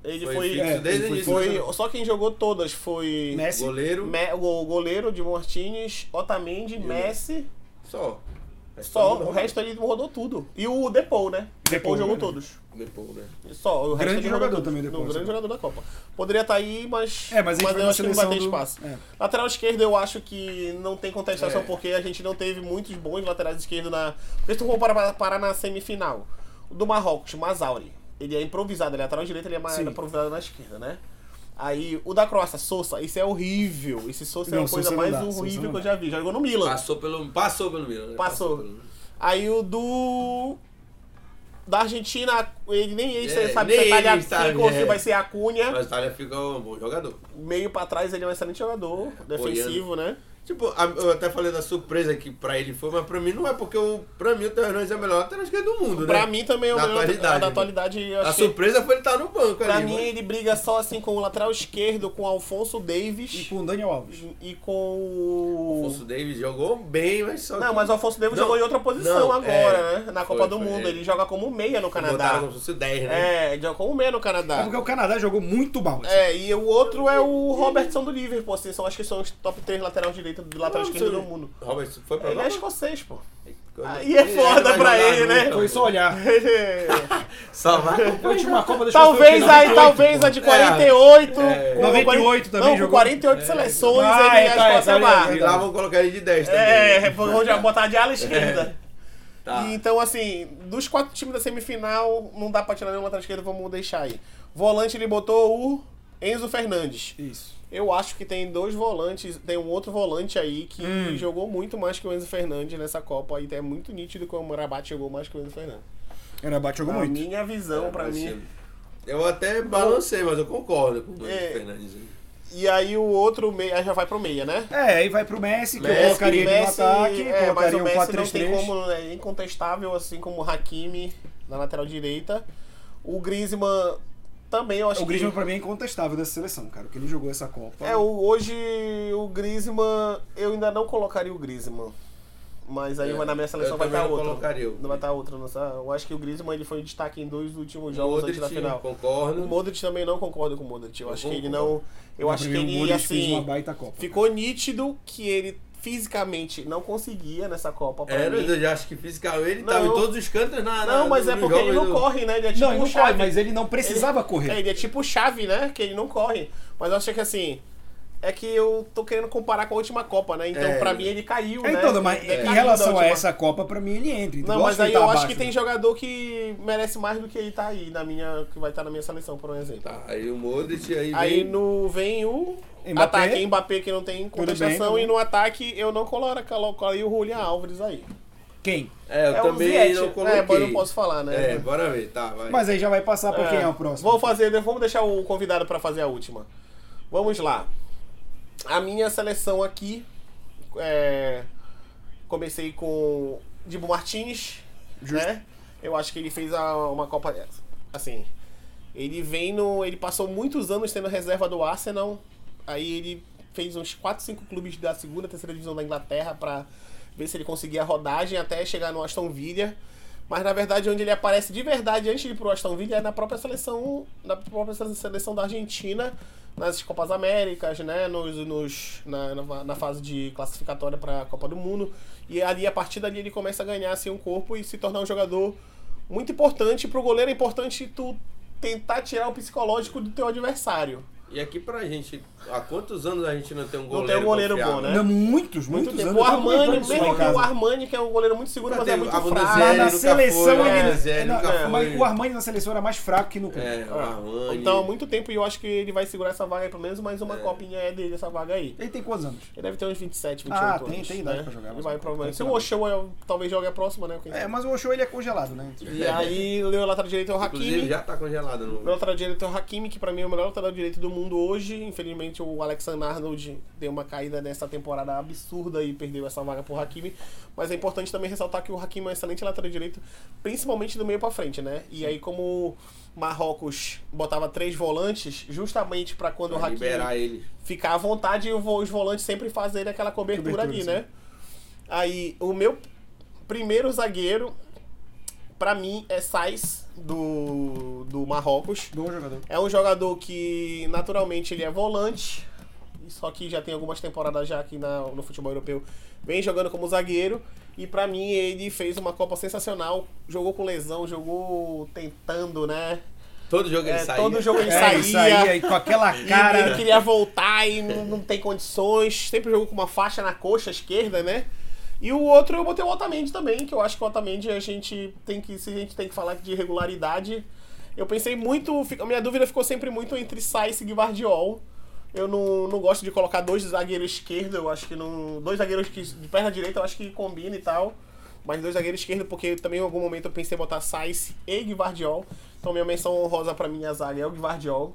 [SPEAKER 1] Ele
[SPEAKER 3] Foi
[SPEAKER 1] foi.
[SPEAKER 3] fixo
[SPEAKER 1] é,
[SPEAKER 3] desde o
[SPEAKER 1] ele
[SPEAKER 3] início,
[SPEAKER 1] foi-
[SPEAKER 3] né?
[SPEAKER 1] Só quem jogou todas foi.
[SPEAKER 2] Messi.
[SPEAKER 3] É Goleiro,
[SPEAKER 1] Me- o goleiro de Martínez, Otamendi, Messi.
[SPEAKER 3] só.
[SPEAKER 1] Só.
[SPEAKER 3] Não,
[SPEAKER 1] O resto ele rodou tudo. E o Depou, né?
[SPEAKER 2] Depou,
[SPEAKER 1] Depou jogou
[SPEAKER 2] né?
[SPEAKER 1] todos.
[SPEAKER 3] Depois, né?
[SPEAKER 1] Só. O resto
[SPEAKER 2] Grande
[SPEAKER 1] ele rodou
[SPEAKER 2] jogador
[SPEAKER 1] todos.
[SPEAKER 2] também, Depou,
[SPEAKER 1] Não,
[SPEAKER 2] assim.
[SPEAKER 1] grande jogador da Copa. Poderia estar aí, mas.
[SPEAKER 2] É, mas ele foi
[SPEAKER 1] eu
[SPEAKER 2] na
[SPEAKER 1] acho que não vai ter
[SPEAKER 2] seleção do-
[SPEAKER 1] espaço.
[SPEAKER 2] é.
[SPEAKER 1] Lateral esquerdo eu acho que não tem contestação,
[SPEAKER 3] É.
[SPEAKER 1] porque a gente não teve muitos bons laterais esquerdos na. Porque se tu for parar, parar na semifinal. O do Marrocos, Mazauri. Ele é improvisado, ele é lateral direito, ele é mais
[SPEAKER 2] Sim.
[SPEAKER 1] improvisado na esquerda, né? Aí, o da Croácia, Sousa, isso é horrível. Esse Sousa é
[SPEAKER 2] Não,
[SPEAKER 1] a coisa
[SPEAKER 2] Sousa não
[SPEAKER 1] mais
[SPEAKER 2] dá, Sousa não
[SPEAKER 1] horrível que eu
[SPEAKER 2] dá.
[SPEAKER 1] já vi. Já jogou no Milan.
[SPEAKER 3] Passou pelo. Passou pelo Milan. né?
[SPEAKER 1] Passou.
[SPEAKER 3] pelo Milan.
[SPEAKER 1] Aí o do. Da Argentina, ele nem ele
[SPEAKER 3] É,
[SPEAKER 1] sabe
[SPEAKER 3] nem
[SPEAKER 1] se vai
[SPEAKER 3] ele sabe,
[SPEAKER 1] ou se
[SPEAKER 3] é.
[SPEAKER 1] vai ser a Cunha.
[SPEAKER 3] Mas o Itália fica um bom jogador.
[SPEAKER 1] Meio pra trás ele é um excelente jogador, defensivo, né?
[SPEAKER 3] Tipo, a- eu até falei da surpresa que pra ele foi, mas pra mim não é porque o, pra mim o Theo Hernandes é o melhor lateral esquerdo do mundo, né?
[SPEAKER 1] Pra mim também é o
[SPEAKER 3] Da
[SPEAKER 1] melhor
[SPEAKER 3] atualidade,
[SPEAKER 1] da
[SPEAKER 3] né?
[SPEAKER 1] atualidade. eu
[SPEAKER 3] A
[SPEAKER 1] acho que
[SPEAKER 3] surpresa foi ele estar no banco
[SPEAKER 1] pra
[SPEAKER 3] ali.
[SPEAKER 1] mim
[SPEAKER 3] mano.
[SPEAKER 1] ele briga só assim com o lateral esquerdo, com o Alfonso
[SPEAKER 2] E
[SPEAKER 1] Davis
[SPEAKER 2] com o Daniel Alves.
[SPEAKER 1] e com o.
[SPEAKER 3] Afonso Davis jogou bem, mas só.
[SPEAKER 1] Não,
[SPEAKER 3] que
[SPEAKER 1] mas o Alfonso Davis
[SPEAKER 3] Não,
[SPEAKER 1] jogou em outra posição
[SPEAKER 3] não,
[SPEAKER 1] agora,
[SPEAKER 3] é.
[SPEAKER 1] né? Na
[SPEAKER 3] Foi,
[SPEAKER 1] Copa do
[SPEAKER 3] foi,
[SPEAKER 1] Mundo.
[SPEAKER 3] é.
[SPEAKER 1] Ele joga como meia no
[SPEAKER 3] Botaram
[SPEAKER 1] Canadá.
[SPEAKER 3] como se fosse 10, né?
[SPEAKER 1] É, ele joga como meia no
[SPEAKER 2] É
[SPEAKER 1] Canadá.
[SPEAKER 2] porque o Canadá jogou muito mal. assim.
[SPEAKER 1] É, e o outro é o Robertson do Liverpool, assim, são, acho que são os top 3 lateral direito do lateral
[SPEAKER 3] Não,
[SPEAKER 1] esquerdo
[SPEAKER 3] seu-
[SPEAKER 1] do mundo.
[SPEAKER 3] Robert, foi pra
[SPEAKER 1] Ele é
[SPEAKER 3] Europa?
[SPEAKER 1] escocês, pô.
[SPEAKER 3] Quando-
[SPEAKER 1] Aí é
[SPEAKER 3] Ele
[SPEAKER 1] foda
[SPEAKER 3] vai
[SPEAKER 1] pra
[SPEAKER 3] jogar
[SPEAKER 1] ele, né?
[SPEAKER 3] nunca,
[SPEAKER 2] Foi só
[SPEAKER 3] pô.
[SPEAKER 2] olhar.
[SPEAKER 3] Só vai.
[SPEAKER 2] A última Copa da
[SPEAKER 1] talvez
[SPEAKER 2] Escócia foi
[SPEAKER 1] aí,
[SPEAKER 2] em 98,
[SPEAKER 1] talvez a de 48.
[SPEAKER 3] É.
[SPEAKER 1] com
[SPEAKER 2] 98 também
[SPEAKER 1] não, com
[SPEAKER 2] jogou.
[SPEAKER 1] 48 seleções,
[SPEAKER 2] Ah,
[SPEAKER 1] ele
[SPEAKER 2] é,
[SPEAKER 1] é,
[SPEAKER 2] tá,
[SPEAKER 1] a
[SPEAKER 2] é,
[SPEAKER 1] Escócia
[SPEAKER 2] tá,
[SPEAKER 1] barra.
[SPEAKER 3] E lá vão colocar ele de 10 também. né?
[SPEAKER 1] É, vou já botar de ala esquerda.
[SPEAKER 3] Tá.
[SPEAKER 1] E então, assim, dos quatro times da semifinal, não dá pra tirar nenhum lateral esquerdo, vamos deixar aí. Volante ele botou o Enzo Fernandes.
[SPEAKER 2] Isso.
[SPEAKER 1] Eu acho que tem dois volantes, tem um outro volante aí que jogou muito mais que o Enzo Fernandes nessa Copa e é muito nítido que o Murabat jogou mais que o Enzo Fernandes.
[SPEAKER 2] Era bate jogou
[SPEAKER 1] Na
[SPEAKER 2] muito.
[SPEAKER 1] minha visão, pra
[SPEAKER 3] É, Mas,
[SPEAKER 1] mim.
[SPEAKER 3] Então, Eu até balancei, mas eu concordo com o Bruno
[SPEAKER 1] É.
[SPEAKER 3] Fernandes. né? aí.
[SPEAKER 1] E aí o outro meia, aí já vai pro meia, né?
[SPEAKER 2] É, aí vai pro Messi, que
[SPEAKER 3] Messi,
[SPEAKER 2] eu colocaria ele no
[SPEAKER 1] Messi-
[SPEAKER 2] ataque,
[SPEAKER 1] é, mas
[SPEAKER 2] colocaria
[SPEAKER 1] o
[SPEAKER 2] um
[SPEAKER 1] Messi não tem
[SPEAKER 2] 4-3-3.
[SPEAKER 1] como, né, incontestável, assim como o Hakimi na lateral direita. O Griezmann também, eu acho
[SPEAKER 2] O
[SPEAKER 1] que...
[SPEAKER 2] Griezmann pra mim é incontestável dessa seleção, cara, porque ele jogou essa Copa.
[SPEAKER 1] É, o- hoje o Griezmann, eu ainda não colocaria o Griezmann. Mas aí
[SPEAKER 3] É,
[SPEAKER 1] vai na minha
[SPEAKER 3] eu
[SPEAKER 1] seleção vai
[SPEAKER 3] também
[SPEAKER 1] estar
[SPEAKER 3] não
[SPEAKER 1] outro.
[SPEAKER 3] colocaria o
[SPEAKER 1] Não vai estar outro, não sabe? Eu acho que o Griezmann ele foi destaque em dois últimos
[SPEAKER 3] O
[SPEAKER 1] jogos antes da
[SPEAKER 3] Modric,
[SPEAKER 1] final.
[SPEAKER 3] concordo.
[SPEAKER 1] O Modric também não concordo com o Modric. Eu acho que ele
[SPEAKER 3] concordo.
[SPEAKER 1] não. Eu
[SPEAKER 2] Pra
[SPEAKER 1] acho
[SPEAKER 2] mim,
[SPEAKER 1] que
[SPEAKER 2] o
[SPEAKER 1] ele,
[SPEAKER 2] Modric fez uma
[SPEAKER 1] assim.
[SPEAKER 2] baita Copa.
[SPEAKER 1] Ficou nítido que ele fisicamente não conseguia nessa Copa pra
[SPEAKER 3] Era,
[SPEAKER 1] mim.
[SPEAKER 3] É, eu já acho que fisicamente ele
[SPEAKER 1] Não.
[SPEAKER 3] tava em todos os cantos na. na-
[SPEAKER 1] Não, mas
[SPEAKER 3] no-
[SPEAKER 1] é
[SPEAKER 3] nos
[SPEAKER 1] porque ele
[SPEAKER 3] jogos
[SPEAKER 1] não
[SPEAKER 3] do-
[SPEAKER 1] corre, né? Ele é tipo
[SPEAKER 2] Não, ele
[SPEAKER 1] um
[SPEAKER 2] não corre,
[SPEAKER 1] Xavi.
[SPEAKER 2] mas ele não precisava
[SPEAKER 1] É,
[SPEAKER 2] correr.
[SPEAKER 1] ele é tipo chave, né? Que ele não corre. Mas eu acho que assim. é que eu tô querendo comparar com a última Copa, né? Então,
[SPEAKER 3] É.
[SPEAKER 1] pra mim, ele caiu,
[SPEAKER 2] É,
[SPEAKER 1] né?
[SPEAKER 2] então, mas
[SPEAKER 1] Ele caiu
[SPEAKER 2] em
[SPEAKER 1] da
[SPEAKER 2] relação a
[SPEAKER 1] última-
[SPEAKER 2] essa Copa, pra mim ele entra. entendeu?
[SPEAKER 1] Não,
[SPEAKER 2] Eu
[SPEAKER 1] mas
[SPEAKER 2] que
[SPEAKER 1] aí
[SPEAKER 2] ele tá
[SPEAKER 1] eu acho
[SPEAKER 2] abaixo,
[SPEAKER 1] que tem
[SPEAKER 2] né?
[SPEAKER 1] jogador que merece mais do que ele tá aí, na minha, que vai estar na minha seleção, por um exemplo.
[SPEAKER 3] Tá, aí o Modric, aí,
[SPEAKER 1] Aí
[SPEAKER 3] vem-
[SPEAKER 1] no vem o
[SPEAKER 2] Mbappé.
[SPEAKER 1] ataque Mbappé que não tem contestação
[SPEAKER 2] bem, né?
[SPEAKER 1] e no ataque eu não coloco, coloco aí o Julian Alves aí.
[SPEAKER 2] Quem?
[SPEAKER 3] É, eu
[SPEAKER 1] é o
[SPEAKER 3] também
[SPEAKER 1] Ziyech,
[SPEAKER 3] não
[SPEAKER 1] né?
[SPEAKER 3] coloquei.
[SPEAKER 1] Mas eu não posso falar, né?
[SPEAKER 3] É, bora ver, tá, vai.
[SPEAKER 2] Mas aí já vai passar pra quem é o próximo.
[SPEAKER 1] Vou fazer, vamos deixar o convidado pra fazer a última. Vamos lá. A minha seleção aqui é, comecei com Dibu Martins, né? Eu acho que ele fez a- uma Copa assim. Ele vem no, ele passou muitos anos sendo reserva do Arsenal. Aí ele fez uns 4, 5 clubes da segunda, terceira divisão da Inglaterra pra ver se ele conseguia a rodagem até chegar no Aston Villa. Mas na verdade onde ele aparece de verdade antes de ir pro Aston Villa é na própria seleção, na própria seleção da Argentina, nas Copas Américas, né, nos, nos na, na, na fase de classificatória para a Copa do Mundo. E ali a partir dali ele começa a ganhar assim um corpo e se tornar um jogador muito importante pro goleiro é importante tu tentar tirar o psicológico do teu adversário.
[SPEAKER 3] E aqui pra gente, há quantos anos a gente não tem um
[SPEAKER 1] tem um
[SPEAKER 3] goleiro
[SPEAKER 1] goleiro
[SPEAKER 3] confiável?
[SPEAKER 1] bom, né?
[SPEAKER 2] Não, muitos,
[SPEAKER 1] Muito
[SPEAKER 2] muitos
[SPEAKER 1] tempo.
[SPEAKER 2] anos.
[SPEAKER 1] O
[SPEAKER 2] Eu tava
[SPEAKER 1] Armani,
[SPEAKER 2] comentando isso lá em
[SPEAKER 1] mesmo que o
[SPEAKER 2] casa.
[SPEAKER 1] Armani, que é um goleiro muito seguro, mas
[SPEAKER 3] Cadê
[SPEAKER 1] é muito
[SPEAKER 3] a
[SPEAKER 1] fraco.
[SPEAKER 3] Bundesliga?
[SPEAKER 2] Mas na
[SPEAKER 3] nunca
[SPEAKER 2] seleção
[SPEAKER 3] foi,
[SPEAKER 2] ele.
[SPEAKER 3] né?
[SPEAKER 2] é, não,
[SPEAKER 3] Nunca
[SPEAKER 2] é, mas
[SPEAKER 3] foi.
[SPEAKER 2] o Armani na seleção era mais fraco que no clube.
[SPEAKER 3] É, o Armani.
[SPEAKER 1] Então, há muito tempo, e eu acho que ele vai segurar essa vaga aí, pelo menos mais uma copinha é dele, essa vaga aí.
[SPEAKER 2] Ele tem quantos anos?
[SPEAKER 1] Ele deve ter uns 27, 28
[SPEAKER 2] Ah,
[SPEAKER 1] anos.
[SPEAKER 2] tem- tem idade
[SPEAKER 1] né?
[SPEAKER 2] pra jogar,
[SPEAKER 1] Ele
[SPEAKER 2] mas é um
[SPEAKER 1] vai
[SPEAKER 2] não-
[SPEAKER 1] provavelmente. Se o
[SPEAKER 2] não.
[SPEAKER 1] Oshão é- talvez jogue a próxima, né? Quem
[SPEAKER 2] É,
[SPEAKER 1] sabe?
[SPEAKER 2] mas o Oshô ele é congelado, né?
[SPEAKER 1] E aí, o lateral direito é o
[SPEAKER 3] Inclusive
[SPEAKER 1] Hakimi.
[SPEAKER 3] já tá congelado no.
[SPEAKER 1] Meu lateral direito é o Hakimi, que pra mim é o melhor lateral direito do mundo hoje. Infelizmente, o Alexander Arnold deu uma caída nessa temporada absurda e perdeu essa vaga pro Hakimi. Mas é importante também ressaltar que o Hakimi é um excelente lateral direito, principalmente do meio pra frente, né? E aí, como o Marrocos botava três volantes, justamente pra quando o
[SPEAKER 3] Pra
[SPEAKER 1] Hakimi
[SPEAKER 3] liberar ele.
[SPEAKER 1] ficar à vontade e vo- os volantes sempre fazerem aquela cobertura,
[SPEAKER 2] Cobertura,
[SPEAKER 1] ali,
[SPEAKER 2] sim.
[SPEAKER 1] né? Aí, o meu primeiro zagueiro, pra mim, é Sainz, do, do Marrocos.
[SPEAKER 2] Bom jogador.
[SPEAKER 1] É um jogador que naturalmente ele é volante, só que já tem algumas temporadas já aqui na- no futebol europeu, vem jogando como zagueiro. E pra mim ele fez uma Copa sensacional, jogou com lesão, jogou tentando, né?
[SPEAKER 3] Todo jogo ele né?
[SPEAKER 1] É,
[SPEAKER 3] saía.
[SPEAKER 1] todo jogo ele
[SPEAKER 2] É,
[SPEAKER 1] saía.
[SPEAKER 2] ele saía e com aquela
[SPEAKER 1] e ele
[SPEAKER 2] cara.
[SPEAKER 1] queria voltar e não, não tem condições. Sempre jogou com uma faixa na coxa esquerda, né? E o outro eu botei o Otamendi também, que eu acho que o Otamendi a gente tem que. Se a gente tem que falar de regularidade. Eu pensei muito. fica- Minha dúvida ficou sempre muito entre Sainz e Guardiol. Eu não, não gosto de colocar dois zagueiros esquerdos, eu acho que não. Dois zagueiros que, de perna direita eu acho que combina e tal. Mas dois zagueiros esquerdos, porque também em algum momento eu pensei em botar Sainz e Guardiol. Então minha menção honrosa pra minha zaga é o Guardiol.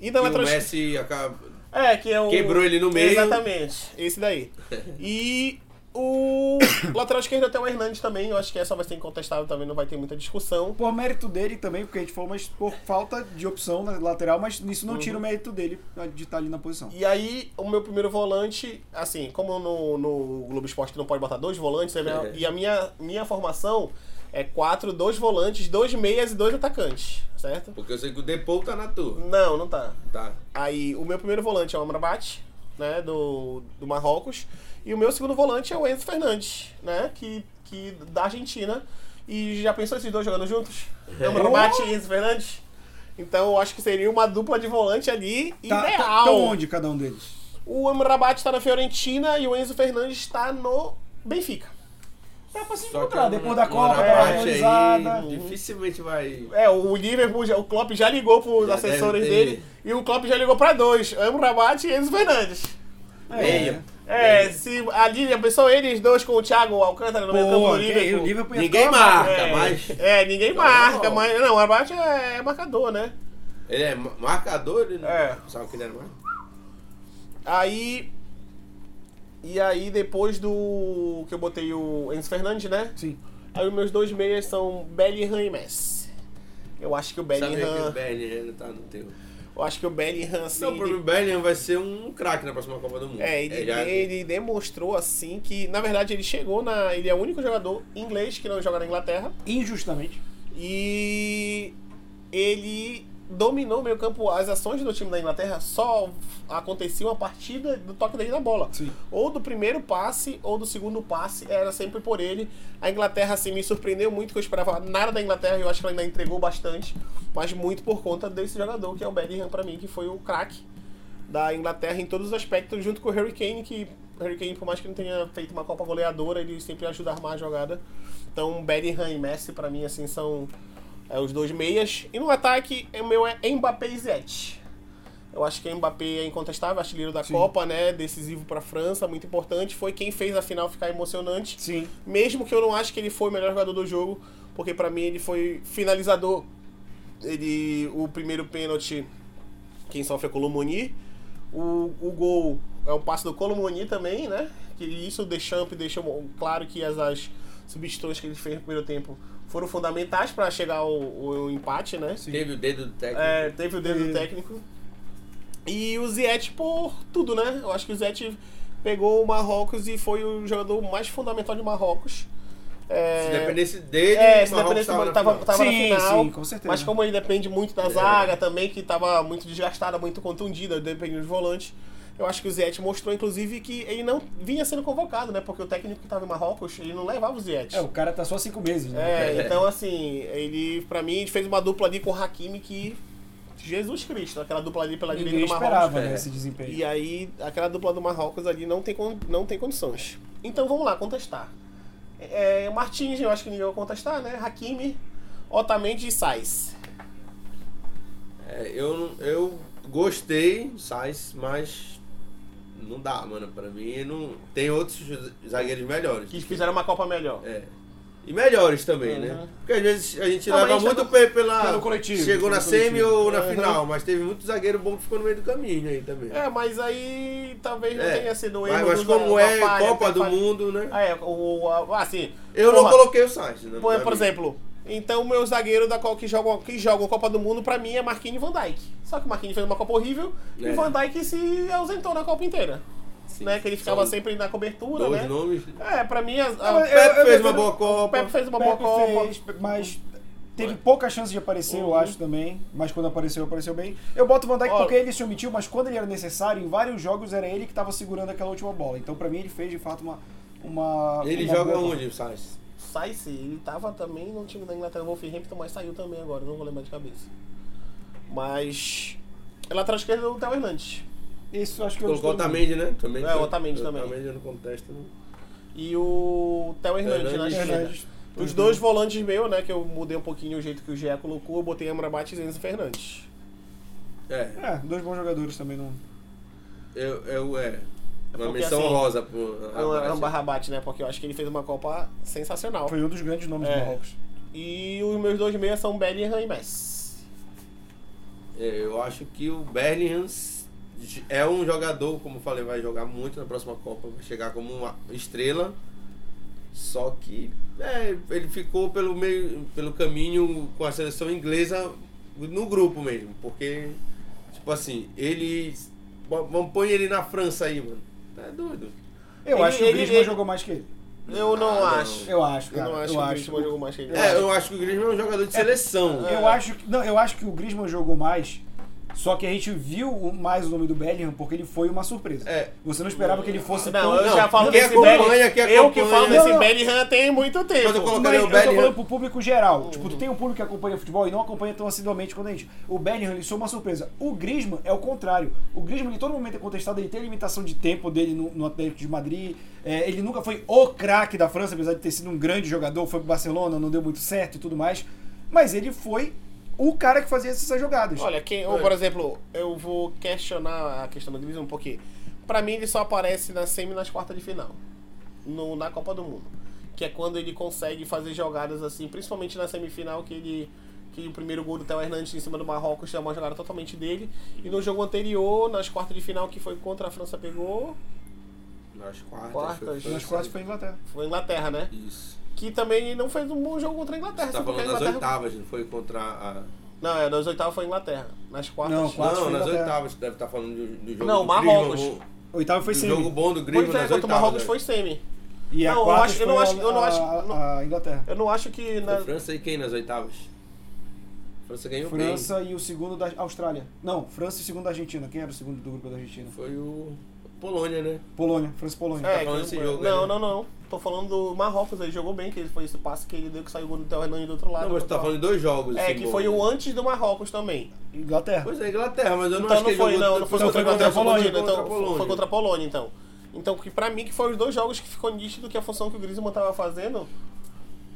[SPEAKER 1] E da
[SPEAKER 3] E o
[SPEAKER 1] lateral esquerda-
[SPEAKER 3] Messi acaba.
[SPEAKER 1] é, que é o.
[SPEAKER 3] Quebrou ele no meio.
[SPEAKER 1] Exatamente, esse daí. E o lateral esquerdo é até o Hernandes também, eu acho que essa vai ser incontestável também, não vai ter muita discussão.
[SPEAKER 2] Por mérito dele também, porque a gente falou, mas por falta de opção na lateral, mas isso não tira o mérito dele de estar ali na posição.
[SPEAKER 1] E aí, o meu primeiro volante, assim, como no, no Globo Esporte não pode botar dois volantes, a minha- e a minha, minha formação é quatro, dois volantes, dois meias e dois atacantes, certo?
[SPEAKER 3] Porque eu sei que o Depou tá na tua.
[SPEAKER 1] Não, não tá.
[SPEAKER 3] Tá.
[SPEAKER 1] Aí, o meu primeiro volante é o Amrabat, né, do, do Marrocos. E o meu segundo volante é o Enzo Fernandes, né, que, que da Argentina. E já pensou esses dois jogando juntos?
[SPEAKER 2] É.
[SPEAKER 1] Amrabat e Enzo Fernandes? Então, eu acho que seria uma dupla de volante ali
[SPEAKER 2] Tá,
[SPEAKER 1] ideal.
[SPEAKER 2] tá, tão onde cada um deles?
[SPEAKER 1] O Amrabat está na Fiorentina e o Enzo Fernandes está no Benfica.
[SPEAKER 2] Dá pra se
[SPEAKER 3] Só que
[SPEAKER 2] encontrar, depois da Copa,
[SPEAKER 3] na
[SPEAKER 2] é,
[SPEAKER 3] parte aí,
[SPEAKER 2] harmonizada.
[SPEAKER 3] dificilmente vai.
[SPEAKER 1] É, o Liverpool, já- o Klopp já ligou para os
[SPEAKER 3] Já
[SPEAKER 1] assessores
[SPEAKER 3] deve ter.
[SPEAKER 1] dele e o Klopp já ligou para dois, Amrabat e Enzo Fernandes.
[SPEAKER 3] Meia.
[SPEAKER 1] É, se ali a pessoa, eles dois com o Thiago Alcântara no meio campo
[SPEAKER 2] Pô,
[SPEAKER 1] do
[SPEAKER 2] que
[SPEAKER 1] Liverpool.
[SPEAKER 2] aí, o Liverpool ia
[SPEAKER 3] Ninguém
[SPEAKER 2] ficar lá.
[SPEAKER 3] marca,
[SPEAKER 1] É,
[SPEAKER 3] mas.
[SPEAKER 1] é, ninguém
[SPEAKER 3] Não,
[SPEAKER 1] marca,
[SPEAKER 3] não.
[SPEAKER 1] mas. Não, o Amrabat é marcador, né?
[SPEAKER 3] Ele é ma- marcador, ele não
[SPEAKER 1] É.
[SPEAKER 3] sabe que ele era mais.
[SPEAKER 1] Aí. E aí, depois do. que eu botei o Enzo Fernandes, né?
[SPEAKER 2] Sim.
[SPEAKER 1] Aí os meus dois meias são Bellingham e Messi. Eu acho que o
[SPEAKER 3] Sabe que o
[SPEAKER 1] Bellingham.
[SPEAKER 3] Bellingham não tá no teu.
[SPEAKER 1] Eu acho que o Bellingham, assim.
[SPEAKER 3] Não, o
[SPEAKER 1] ele-
[SPEAKER 3] problema Bellingham vai ser um craque na próxima Copa do Mundo.
[SPEAKER 1] É, ele,
[SPEAKER 3] já-
[SPEAKER 1] ele demonstrou assim que, na verdade, ele chegou na. Ele é o único jogador inglês que não joga na Inglaterra.
[SPEAKER 2] Injustamente.
[SPEAKER 1] E ele dominou o meio campo. As ações do time da Inglaterra só aconteciam a partir da- do toque dele na bola.
[SPEAKER 2] Sim.
[SPEAKER 1] Ou do primeiro passe, ou do segundo passe, era sempre por ele. A Inglaterra, assim, me surpreendeu muito, que eu esperava nada da Inglaterra, e eu acho que ela ainda entregou bastante, mas muito por conta desse jogador, que é o Bellingham, pra mim, que foi o craque da Inglaterra em todos os aspectos, junto com o Harry Kane, que o Harry Kane, por mais que não tenha feito uma Copa goleadora, ele sempre ajuda a armar a jogada. Então, Bellingham e Messi, pra mim, assim, são é, os dois meias. E no ataque, o meu é Mbappé e Zete. Eu acho que o Mbappé é incontestável, artilheiro da Copa, né? Decisivo pra França, muito importante. Foi quem fez a final ficar emocionante.
[SPEAKER 2] Sim.
[SPEAKER 1] Mesmo que eu não acho que ele foi o melhor jogador do jogo, porque pra mim ele foi finalizador. Ele, o primeiro pênalti, quem sofre é Colomoni. O, o gol é o passe do Colomoni também, né? Que isso o Deschamps deixou claro que as, as substituições que ele fez no primeiro tempo foram fundamentais pra chegar ao, ao empate, né?
[SPEAKER 3] Teve o dedo do técnico.
[SPEAKER 1] É, teve o dedo do técnico. E o Ziyech por tudo, né? Eu acho que o Ziyech pegou o Marrocos e foi o jogador mais fundamental de Marrocos. É,
[SPEAKER 3] Se dependesse dele,
[SPEAKER 1] é,
[SPEAKER 3] o
[SPEAKER 1] se
[SPEAKER 3] Marrocos
[SPEAKER 1] dependesse do
[SPEAKER 3] tava
[SPEAKER 1] Marrocos,
[SPEAKER 3] na
[SPEAKER 1] tava, tava na
[SPEAKER 3] final.
[SPEAKER 2] Sim,
[SPEAKER 1] final. É.
[SPEAKER 2] sim, com certeza.
[SPEAKER 1] Mas como ele depende muito da zaga também, que tava muito desgastada, muito contundida, depende dos volantes. Eu acho que o Ziyech mostrou, inclusive, que ele não vinha sendo convocado, né? Porque o técnico que tava em Marrocos, ele não levava o Ziyech.
[SPEAKER 2] É, o cara tá só cinco meses, né?
[SPEAKER 1] É, então assim, ele, pra mim, ele fez uma dupla ali com o Hakimi que. Jesus Cristo, aquela dupla ali pela direita
[SPEAKER 2] Ninguém
[SPEAKER 1] do Marrocos.
[SPEAKER 2] esperava né,
[SPEAKER 3] é.
[SPEAKER 2] esse desempenho.
[SPEAKER 1] E aí, aquela dupla do Marrocos ali não tem, con- não tem condições. Então vamos lá, contestar. É, Martins, eu acho que ninguém vai contestar, né? Hakimi, Otamendi e Sais.
[SPEAKER 3] É, eu, não- eu gostei do Sainz, mas não dá, mano. Pra mim, não... tem outros zagueiros melhores.
[SPEAKER 1] Que fizeram uma Copa melhor.
[SPEAKER 3] É. E melhores também,
[SPEAKER 1] Uhum.
[SPEAKER 3] né? Porque às vezes a gente
[SPEAKER 1] Não, mas
[SPEAKER 3] leva
[SPEAKER 1] a gente
[SPEAKER 3] muito
[SPEAKER 1] tá-
[SPEAKER 3] pe- pela.
[SPEAKER 2] pelo coletivo,
[SPEAKER 3] Chegou
[SPEAKER 2] pelo
[SPEAKER 3] na semi
[SPEAKER 2] coletivo.
[SPEAKER 3] ou na
[SPEAKER 1] Uhum.
[SPEAKER 3] final, mas teve muito zagueiro bom que ficou no meio do caminho aí também.
[SPEAKER 1] É, mas aí talvez não
[SPEAKER 3] É.
[SPEAKER 1] tenha sido o
[SPEAKER 3] Mas-
[SPEAKER 1] erro
[SPEAKER 3] mas,
[SPEAKER 1] do-
[SPEAKER 3] como
[SPEAKER 1] da
[SPEAKER 3] é
[SPEAKER 1] falha,
[SPEAKER 3] Copa
[SPEAKER 1] da
[SPEAKER 3] do
[SPEAKER 1] falha-
[SPEAKER 3] Mundo, né?
[SPEAKER 1] Ah, é, o, a- ah, sim.
[SPEAKER 3] Eu não
[SPEAKER 1] Porra,
[SPEAKER 3] coloquei o Sainz. né,
[SPEAKER 1] Por,
[SPEAKER 3] pra
[SPEAKER 1] por
[SPEAKER 3] mim.
[SPEAKER 1] exemplo, então o meu zagueiro da qual que jogam que jogam Copa do Mundo pra mim é Marquinhos e Van Dijk. Só que o Marquinhos fez uma Copa horrível e
[SPEAKER 3] É.
[SPEAKER 1] Van Dijk se ausentou na Copa inteira.
[SPEAKER 3] Sim.
[SPEAKER 1] né, que ele ficava
[SPEAKER 3] São
[SPEAKER 1] sempre na cobertura,
[SPEAKER 3] Dois
[SPEAKER 1] né?
[SPEAKER 3] nomes.
[SPEAKER 1] É, pra mim a, a-
[SPEAKER 2] Eu-
[SPEAKER 1] o
[SPEAKER 2] eu-
[SPEAKER 3] Pepe
[SPEAKER 2] eu
[SPEAKER 3] fez
[SPEAKER 2] defendo-
[SPEAKER 3] uma boa Copa.
[SPEAKER 1] Pepe fez uma boa
[SPEAKER 2] Pepe
[SPEAKER 1] Copa.
[SPEAKER 2] fez, mas teve pouca chance de aparecer, eu acho também. Mas quando apareceu, apareceu bem. Eu boto o Van Dijk
[SPEAKER 1] Uhum. Ó.
[SPEAKER 2] porque ele se omitiu, mas quando ele era necessário, em vários jogos era ele que tava segurando aquela última bola. Então pra mim ele fez de fato uma. uma
[SPEAKER 1] tá,
[SPEAKER 3] Ele
[SPEAKER 2] uma
[SPEAKER 3] joga
[SPEAKER 2] boa-
[SPEAKER 3] onde, o Sainz?
[SPEAKER 1] Sai se ele tava também no time da Inglaterra, o Wolverhampton, mas saiu também agora, não vou lembrar de cabeça. Mas é lateral esquerdo do Theo Hernandes.
[SPEAKER 2] Isso acho que é um eu
[SPEAKER 3] Colocou o Otamendi, né? Também,
[SPEAKER 1] É, o Otamendi também.
[SPEAKER 3] Otamendi eu não contesto, né? não.
[SPEAKER 1] E o Theo Hernandes na
[SPEAKER 3] Hernandes.
[SPEAKER 1] esquerda.
[SPEAKER 2] Hernandes.
[SPEAKER 1] Os dois volantes meu, né, que eu mudei um pouquinho o jeito que o GE colocou, eu botei Amrabat e Enzo Fernandes.
[SPEAKER 3] É,
[SPEAKER 2] É, dois bons jogadores também não.
[SPEAKER 3] eu, eu é. Uma
[SPEAKER 1] porque,
[SPEAKER 3] menção
[SPEAKER 1] assim,
[SPEAKER 3] rosa pro. assim-
[SPEAKER 1] Amrabat, né, porque eu acho que ele fez uma Copa sensacional.
[SPEAKER 2] Foi um dos grandes nomes
[SPEAKER 1] É.
[SPEAKER 2] do Marrocos.
[SPEAKER 1] E os meus dois meias são Bellingham e Messi.
[SPEAKER 3] É, eu acho que o Bellingham é um jogador, como eu falei, vai jogar muito na próxima Copa, vai chegar como uma estrela. Só que é, ele ficou pelo meio, pelo caminho com a seleção inglesa no grupo mesmo, porque tipo assim, ele v- vamos põe ele na França aí, mano. Tá doido.
[SPEAKER 2] Eu
[SPEAKER 1] Ele-
[SPEAKER 2] acho que o
[SPEAKER 1] ele-
[SPEAKER 2] Griezmann
[SPEAKER 1] ele-
[SPEAKER 2] jogou mais que ele.
[SPEAKER 1] Eu não
[SPEAKER 3] Ah, não.
[SPEAKER 1] acho.
[SPEAKER 2] Eu acho,
[SPEAKER 1] Eu
[SPEAKER 2] cara.
[SPEAKER 1] não acho que o Griezmann jogou mais que ele.
[SPEAKER 3] É, eu acho que o Griezmann é um jogador de seleção.
[SPEAKER 2] Eu acho que. Não, eu acho que o Griezmann jogou mais. Só que a gente viu o- mais o nome do Bellingham porque ele foi uma surpresa.
[SPEAKER 3] É.
[SPEAKER 2] Você não esperava que ele fosse
[SPEAKER 1] Não,
[SPEAKER 2] tão-
[SPEAKER 1] eu já falo
[SPEAKER 3] quem
[SPEAKER 1] desse
[SPEAKER 3] acompanha,
[SPEAKER 1] Bellingham.
[SPEAKER 3] quem
[SPEAKER 1] Eu que
[SPEAKER 3] acompanha.
[SPEAKER 1] falo
[SPEAKER 2] Não,
[SPEAKER 1] desse
[SPEAKER 2] não.
[SPEAKER 1] Bellingham tem muito
[SPEAKER 3] Mas eu
[SPEAKER 1] tempo.
[SPEAKER 3] coloco-
[SPEAKER 2] Mas
[SPEAKER 3] colocaria o
[SPEAKER 2] eu tô
[SPEAKER 3] Bellingham.
[SPEAKER 2] falando pro público geral. Tipo, tu tem um público que acompanha futebol e não acompanha tão assiduamente quanto a gente. O Bellingham, ele só uma surpresa. O Griezmann é o contrário. O Griezmann, ele todo momento é contestado, ele tem limitação de tempo dele no, no Atlético de Madrid. É, ele nunca foi o craque da França, apesar de ter sido um grande jogador. Foi pro Barcelona, não deu muito certo e tudo mais. Mas ele foi o cara que fazia essas jogadas.
[SPEAKER 1] Olha, quem,
[SPEAKER 3] É.
[SPEAKER 1] ou, por exemplo, eu vou questionar a questão do Griezmann, porque pra mim ele só aparece na semi e nas quartas de final. No, na Copa do Mundo. Que é quando ele consegue fazer jogadas assim, principalmente na semifinal, que ele. Que o primeiro gol do Theo Hernandes em cima do Marrocos é uma jogada totalmente dele. E no jogo anterior, nas quartas de final, que foi contra a França, pegou.
[SPEAKER 3] Nas quartas.
[SPEAKER 1] Quartas.
[SPEAKER 3] foi- foi-
[SPEAKER 2] Nas quartas foi a Inglaterra.
[SPEAKER 1] Foi a Inglaterra, né?
[SPEAKER 3] Isso.
[SPEAKER 1] Que também não fez um bom jogo contra a Inglaterra.
[SPEAKER 3] Você tá
[SPEAKER 1] só porque a
[SPEAKER 3] falando das
[SPEAKER 1] Inglaterra-
[SPEAKER 3] oitavas, não foi contra a
[SPEAKER 1] Não, é, nas oitavas foi Inglaterra. Nas quartas.
[SPEAKER 2] Não, quartas
[SPEAKER 3] não,
[SPEAKER 2] foi
[SPEAKER 3] nas
[SPEAKER 2] Inglaterra.
[SPEAKER 3] oitavas você deve estar falando do, do jogo
[SPEAKER 1] Não,
[SPEAKER 3] do
[SPEAKER 1] Marrocos.
[SPEAKER 3] Griezmann,
[SPEAKER 2] Oitava
[SPEAKER 3] o
[SPEAKER 2] foi semi.
[SPEAKER 3] jogo bom do Griezmann
[SPEAKER 1] Pois é,
[SPEAKER 3] nas
[SPEAKER 1] contra o
[SPEAKER 3] oitavas.
[SPEAKER 1] Marrocos
[SPEAKER 3] né?
[SPEAKER 1] foi semi.
[SPEAKER 2] E a
[SPEAKER 1] Não, eu
[SPEAKER 2] quarta
[SPEAKER 1] acho-
[SPEAKER 2] foi
[SPEAKER 1] eu não
[SPEAKER 2] a-
[SPEAKER 1] acho- eu não
[SPEAKER 2] a-
[SPEAKER 1] acho-
[SPEAKER 2] a, a Inglaterra.
[SPEAKER 1] Eu não acho que.
[SPEAKER 3] Foi
[SPEAKER 1] Na...
[SPEAKER 3] França e quem nas oitavas? França ganhou
[SPEAKER 2] França e o segundo da Austrália. Não, França e o segundo da Argentina. Quem era o segundo do grupo da Argentina?
[SPEAKER 3] bem. Foi o Polônia, né?
[SPEAKER 2] Polônia, França e Polônia.
[SPEAKER 1] É,
[SPEAKER 3] tá falando desse
[SPEAKER 1] que-
[SPEAKER 3] jogo,
[SPEAKER 1] não,
[SPEAKER 3] né?
[SPEAKER 1] não, não. Tô falando do Marrocos, ele jogou bem, que ele foi esse passe que ele deu que saiu o gol do Theo Hernandes do outro lado.
[SPEAKER 3] Não, mas tu tá falando de dois jogos.
[SPEAKER 1] É,
[SPEAKER 3] assim,
[SPEAKER 1] que
[SPEAKER 3] bom.
[SPEAKER 1] foi o antes do Marrocos também.
[SPEAKER 2] Inglaterra.
[SPEAKER 3] Pois é, Inglaterra, mas eu não
[SPEAKER 1] Então
[SPEAKER 3] acho
[SPEAKER 1] não
[SPEAKER 3] que
[SPEAKER 1] foi,
[SPEAKER 3] ele
[SPEAKER 1] não,
[SPEAKER 3] jogou
[SPEAKER 1] não foi
[SPEAKER 3] tanto
[SPEAKER 1] contra a
[SPEAKER 2] Então foi contra a
[SPEAKER 1] Inglaterra, foi
[SPEAKER 2] Polônia,
[SPEAKER 1] contra-
[SPEAKER 3] contra a
[SPEAKER 1] então,
[SPEAKER 3] Polônia.
[SPEAKER 1] foi contra a Polônia, então. Então, que pra mim que foram os dois jogos que ficou nítido que a função que o Griezmann tava fazendo,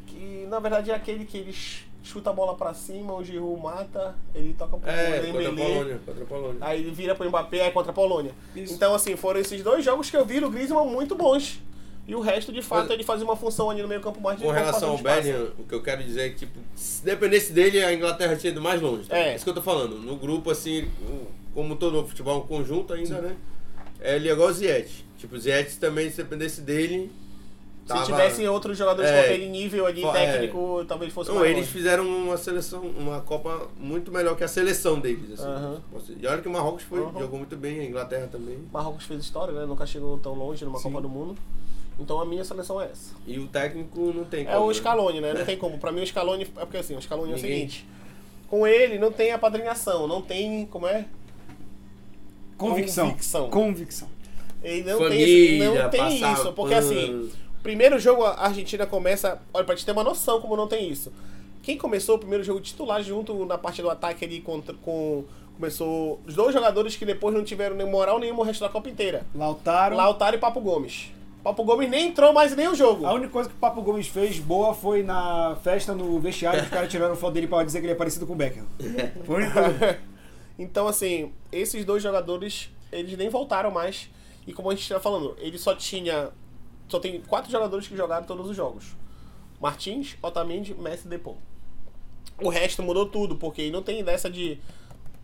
[SPEAKER 1] que na verdade é aquele que ele ch- chuta a bola pra cima, o Giroud mata, ele toca pro
[SPEAKER 3] É, contra a
[SPEAKER 1] Dembélé,
[SPEAKER 3] Polônia, contra a Polônia.
[SPEAKER 1] aí ele vira pro Mbappé, aí é contra a Polônia.
[SPEAKER 2] Isso.
[SPEAKER 1] Então, assim, foram esses dois jogos que eu vi o Griezmann muito bons. E o resto, de fato,
[SPEAKER 3] Mas-
[SPEAKER 1] ele fazia uma função ali no meio campo mais de
[SPEAKER 3] Com relação ao
[SPEAKER 1] ocupação de espaço.
[SPEAKER 3] Bellingham, o que eu quero dizer é que, tipo, se dependesse dele, a Inglaterra tinha ido mais longe. Tá?
[SPEAKER 1] É.
[SPEAKER 3] Isso que eu tô falando. No grupo, assim, o- como todo futebol é um conjunto ainda, né? É, Ele é igual o Ziet. Tipo, o Ziet também, se dependesse dele.
[SPEAKER 1] Se tivessem outros jogadores
[SPEAKER 3] É.
[SPEAKER 1] com aquele nível ali
[SPEAKER 3] Fo- é.
[SPEAKER 1] técnico, talvez fosse
[SPEAKER 3] Não,
[SPEAKER 1] mais
[SPEAKER 3] eles
[SPEAKER 1] longe.
[SPEAKER 3] fizeram uma seleção, uma Copa muito melhor que a seleção deles, assim.
[SPEAKER 1] Aham.
[SPEAKER 3] Posso- E olha que o Marrocos foi,
[SPEAKER 1] Aham.
[SPEAKER 3] jogou muito bem, a Inglaterra também.
[SPEAKER 1] Marrocos fez história, né? Nunca chegou tão longe numa
[SPEAKER 2] Sim.
[SPEAKER 1] Copa do Mundo. Então a minha seleção é essa.
[SPEAKER 3] E o técnico não tem
[SPEAKER 1] É o
[SPEAKER 3] né?
[SPEAKER 1] Scaloni, né? Não tem como. Pra mim o Scaloni... É porque assim, o Scaloni é o
[SPEAKER 3] Ninguém-
[SPEAKER 1] seguinte. Com ele não tem apadrinhação, não tem... Como é?
[SPEAKER 2] Convicção.
[SPEAKER 1] Convicção.
[SPEAKER 2] Convicção.
[SPEAKER 1] Ele não tem, esse-
[SPEAKER 3] Família,
[SPEAKER 1] não tem
[SPEAKER 3] passar
[SPEAKER 1] isso. Porque
[SPEAKER 3] pano.
[SPEAKER 1] assim, primeiro jogo a Argentina começa... Olha, pra te ter uma noção como não tem isso. Quem começou o primeiro jogo titular junto na parte do ataque ali contra, com... Começou os dois jogadores que depois não tiveram nem moral nenhuma o resto da Copa inteira.
[SPEAKER 2] Lautaro.
[SPEAKER 1] Lautaro e Papo Gomes. Papo Gomes nem entrou mais em nenhum jogo.
[SPEAKER 2] A única coisa que o Papo Gomes fez boa foi na festa no vestiário, os caras tiraram foto dele pra dizer que ele é parecido com o Beckham. Foi a única coisa.
[SPEAKER 1] Então, assim, esses dois jogadores, eles nem voltaram mais. E como a gente tá falando, ele só tinha. Só tem quatro jogadores que jogaram todos os jogos: Martins, Otamendi, Messi e Depô. O resto mudou tudo, porque não tem dessa de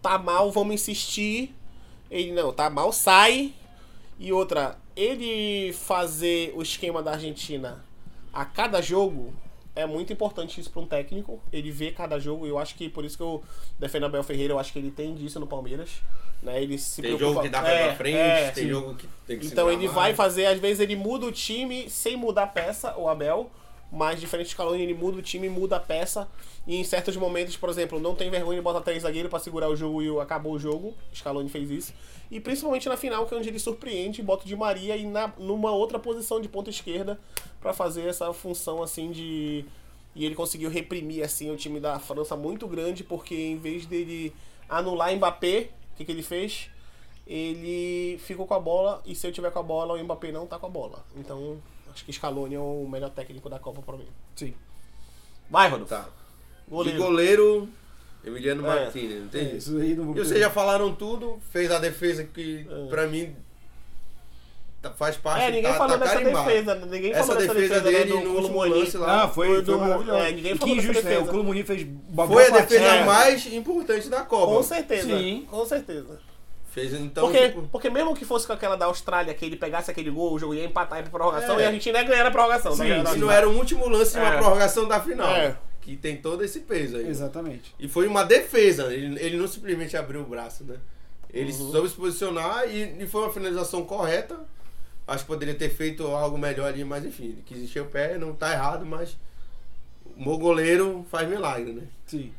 [SPEAKER 1] tá mal, vamos insistir. Ele não, tá mal, sai. E outra, ele fazer o esquema da Argentina a cada jogo é muito importante isso para um técnico. Ele vê cada jogo e eu acho que por isso que eu defendo Abel Ferreira, eu acho que ele tem disso no Palmeiras, né? Ele se
[SPEAKER 3] Tem
[SPEAKER 1] preocupa-
[SPEAKER 3] jogo que dá pra ir
[SPEAKER 1] É,
[SPEAKER 3] pra frente,
[SPEAKER 1] é.
[SPEAKER 3] tem jogo que tem que se
[SPEAKER 1] Então ele
[SPEAKER 3] entramar.
[SPEAKER 1] vai fazer, às vezes ele muda o time sem mudar a peça, o Abel, mas diferente de Caloni, ele muda o time, muda a peça. E em certos momentos, por exemplo, não tem vergonha de botar três zagueiros pra segurar o jogo e o- acabou o jogo. Scaloni fez isso. E principalmente na final, que é onde ele surpreende, bota o Di Maria e na, numa outra posição de ponta esquerda pra fazer essa função assim de. E ele conseguiu reprimir assim o time da França muito grande, porque em vez dele anular Mbappé, o que, que ele fez? ele ficou com a bola e se eu tiver com a bola, o Mbappé não tá com a bola. Então, acho que Scaloni é o melhor técnico da Copa pra mim.
[SPEAKER 2] Sim.
[SPEAKER 1] Vai, Rodolfo.
[SPEAKER 3] Tá.
[SPEAKER 1] Goleiro.
[SPEAKER 3] De goleiro, Emiliano
[SPEAKER 1] É.
[SPEAKER 3] Martínez, não
[SPEAKER 2] É,
[SPEAKER 3] tem isso.
[SPEAKER 2] isso aí não vou
[SPEAKER 3] E vocês já falaram tudo, fez a defesa que
[SPEAKER 1] É.
[SPEAKER 3] pra mim tá- faz parte
[SPEAKER 1] É, ninguém
[SPEAKER 3] tá,
[SPEAKER 1] falou
[SPEAKER 3] tá
[SPEAKER 1] dessa
[SPEAKER 3] carimbado.
[SPEAKER 1] defesa, né? ninguém
[SPEAKER 3] Essa
[SPEAKER 1] falou dessa
[SPEAKER 3] defesa
[SPEAKER 1] defesa,
[SPEAKER 3] dele
[SPEAKER 1] né, do
[SPEAKER 3] no último
[SPEAKER 1] Colomoni.
[SPEAKER 3] lance lá.
[SPEAKER 2] Ah, foi,
[SPEAKER 1] Foi
[SPEAKER 2] foi
[SPEAKER 1] do-
[SPEAKER 2] maravilhoso.
[SPEAKER 1] é, ninguém
[SPEAKER 2] E que
[SPEAKER 1] falou dessa
[SPEAKER 2] injusto, né?
[SPEAKER 1] defesa.
[SPEAKER 2] O Colomoni fez uma
[SPEAKER 3] Foi a
[SPEAKER 2] boa
[SPEAKER 3] defesa
[SPEAKER 2] partida.
[SPEAKER 3] mais importante da Copa.
[SPEAKER 1] É. Com certeza.
[SPEAKER 2] Sim.
[SPEAKER 1] Com certeza.
[SPEAKER 3] Fez então,
[SPEAKER 1] porque,
[SPEAKER 3] tipo,
[SPEAKER 1] porque mesmo que fosse com aquela da Austrália, que ele pegasse aquele gol, o jogo ia empatar e ir pra prorrogação,
[SPEAKER 3] É.
[SPEAKER 1] e a gente ia ganhar a prorrogação.
[SPEAKER 2] Sim,
[SPEAKER 1] né?
[SPEAKER 3] e não é- era o último lance de uma
[SPEAKER 1] É.
[SPEAKER 3] prorrogação da final.
[SPEAKER 1] É.
[SPEAKER 3] Que tem todo esse peso aí.
[SPEAKER 2] Exatamente.
[SPEAKER 3] E foi uma defesa, ele, ele não simplesmente abriu o braço, né? Ele
[SPEAKER 1] Uhum.
[SPEAKER 3] soube se posicionar e, e foi uma finalização correta. Acho que poderia ter feito algo melhor ali, mas enfim, ele quis encher o pé, não tá errado, mas o meu goleiro faz milagre, né?
[SPEAKER 2] Sim.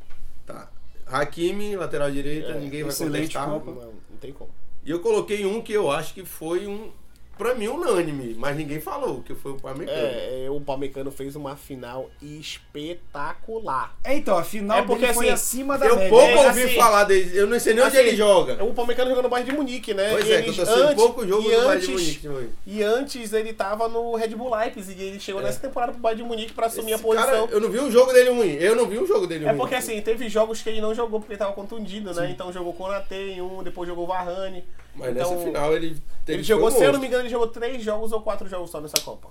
[SPEAKER 3] Tá. Hakimi, lateral direita,
[SPEAKER 1] É,
[SPEAKER 3] ninguém vai
[SPEAKER 2] excelente
[SPEAKER 3] contestar.
[SPEAKER 2] Copa.
[SPEAKER 1] Não, não tem como.
[SPEAKER 3] E eu coloquei um que eu acho que foi um, pra mim, unânime, mas ninguém falou, que foi o Pamecano.
[SPEAKER 1] É, é, o Palmecano fez uma final espetacular.
[SPEAKER 2] É, então, a final
[SPEAKER 1] É porque,
[SPEAKER 2] dele foi
[SPEAKER 1] assim,
[SPEAKER 2] acima da
[SPEAKER 3] Eu
[SPEAKER 2] média.
[SPEAKER 3] pouco
[SPEAKER 1] É,
[SPEAKER 3] ouvi
[SPEAKER 1] assim,
[SPEAKER 3] falar dele, eu não sei nem onde
[SPEAKER 1] assim,
[SPEAKER 3] ele joga.
[SPEAKER 1] O Palmecano jogou no Bayern de Munique, né?
[SPEAKER 3] Pois
[SPEAKER 1] E
[SPEAKER 3] é, que eu
[SPEAKER 1] eles
[SPEAKER 3] tô sendo
[SPEAKER 1] antes-
[SPEAKER 3] pouco jogo
[SPEAKER 1] e
[SPEAKER 3] do Bayern de
[SPEAKER 1] antes-
[SPEAKER 3] Munique. mano.
[SPEAKER 1] E antes ele tava no Red Bull Leipzig e ele chegou nessa temporada pro Bayern de Munique pra assumir
[SPEAKER 3] É. Esse
[SPEAKER 1] a posição.
[SPEAKER 3] cara, eu não vi um jogo dele ruim. Eu não vi um jogo dele
[SPEAKER 1] É
[SPEAKER 3] ruim.
[SPEAKER 1] porque assim, teve jogos que ele não jogou porque ele tava contundido, né? Então jogou Konate em um, depois jogou Varane.
[SPEAKER 3] Mas
[SPEAKER 1] então,
[SPEAKER 3] nessa final ele teve
[SPEAKER 1] Ele jogou,
[SPEAKER 3] foi um
[SPEAKER 1] se eu não
[SPEAKER 3] monstro.
[SPEAKER 1] me engano, ele jogou três jogos ou quatro jogos só nessa Copa.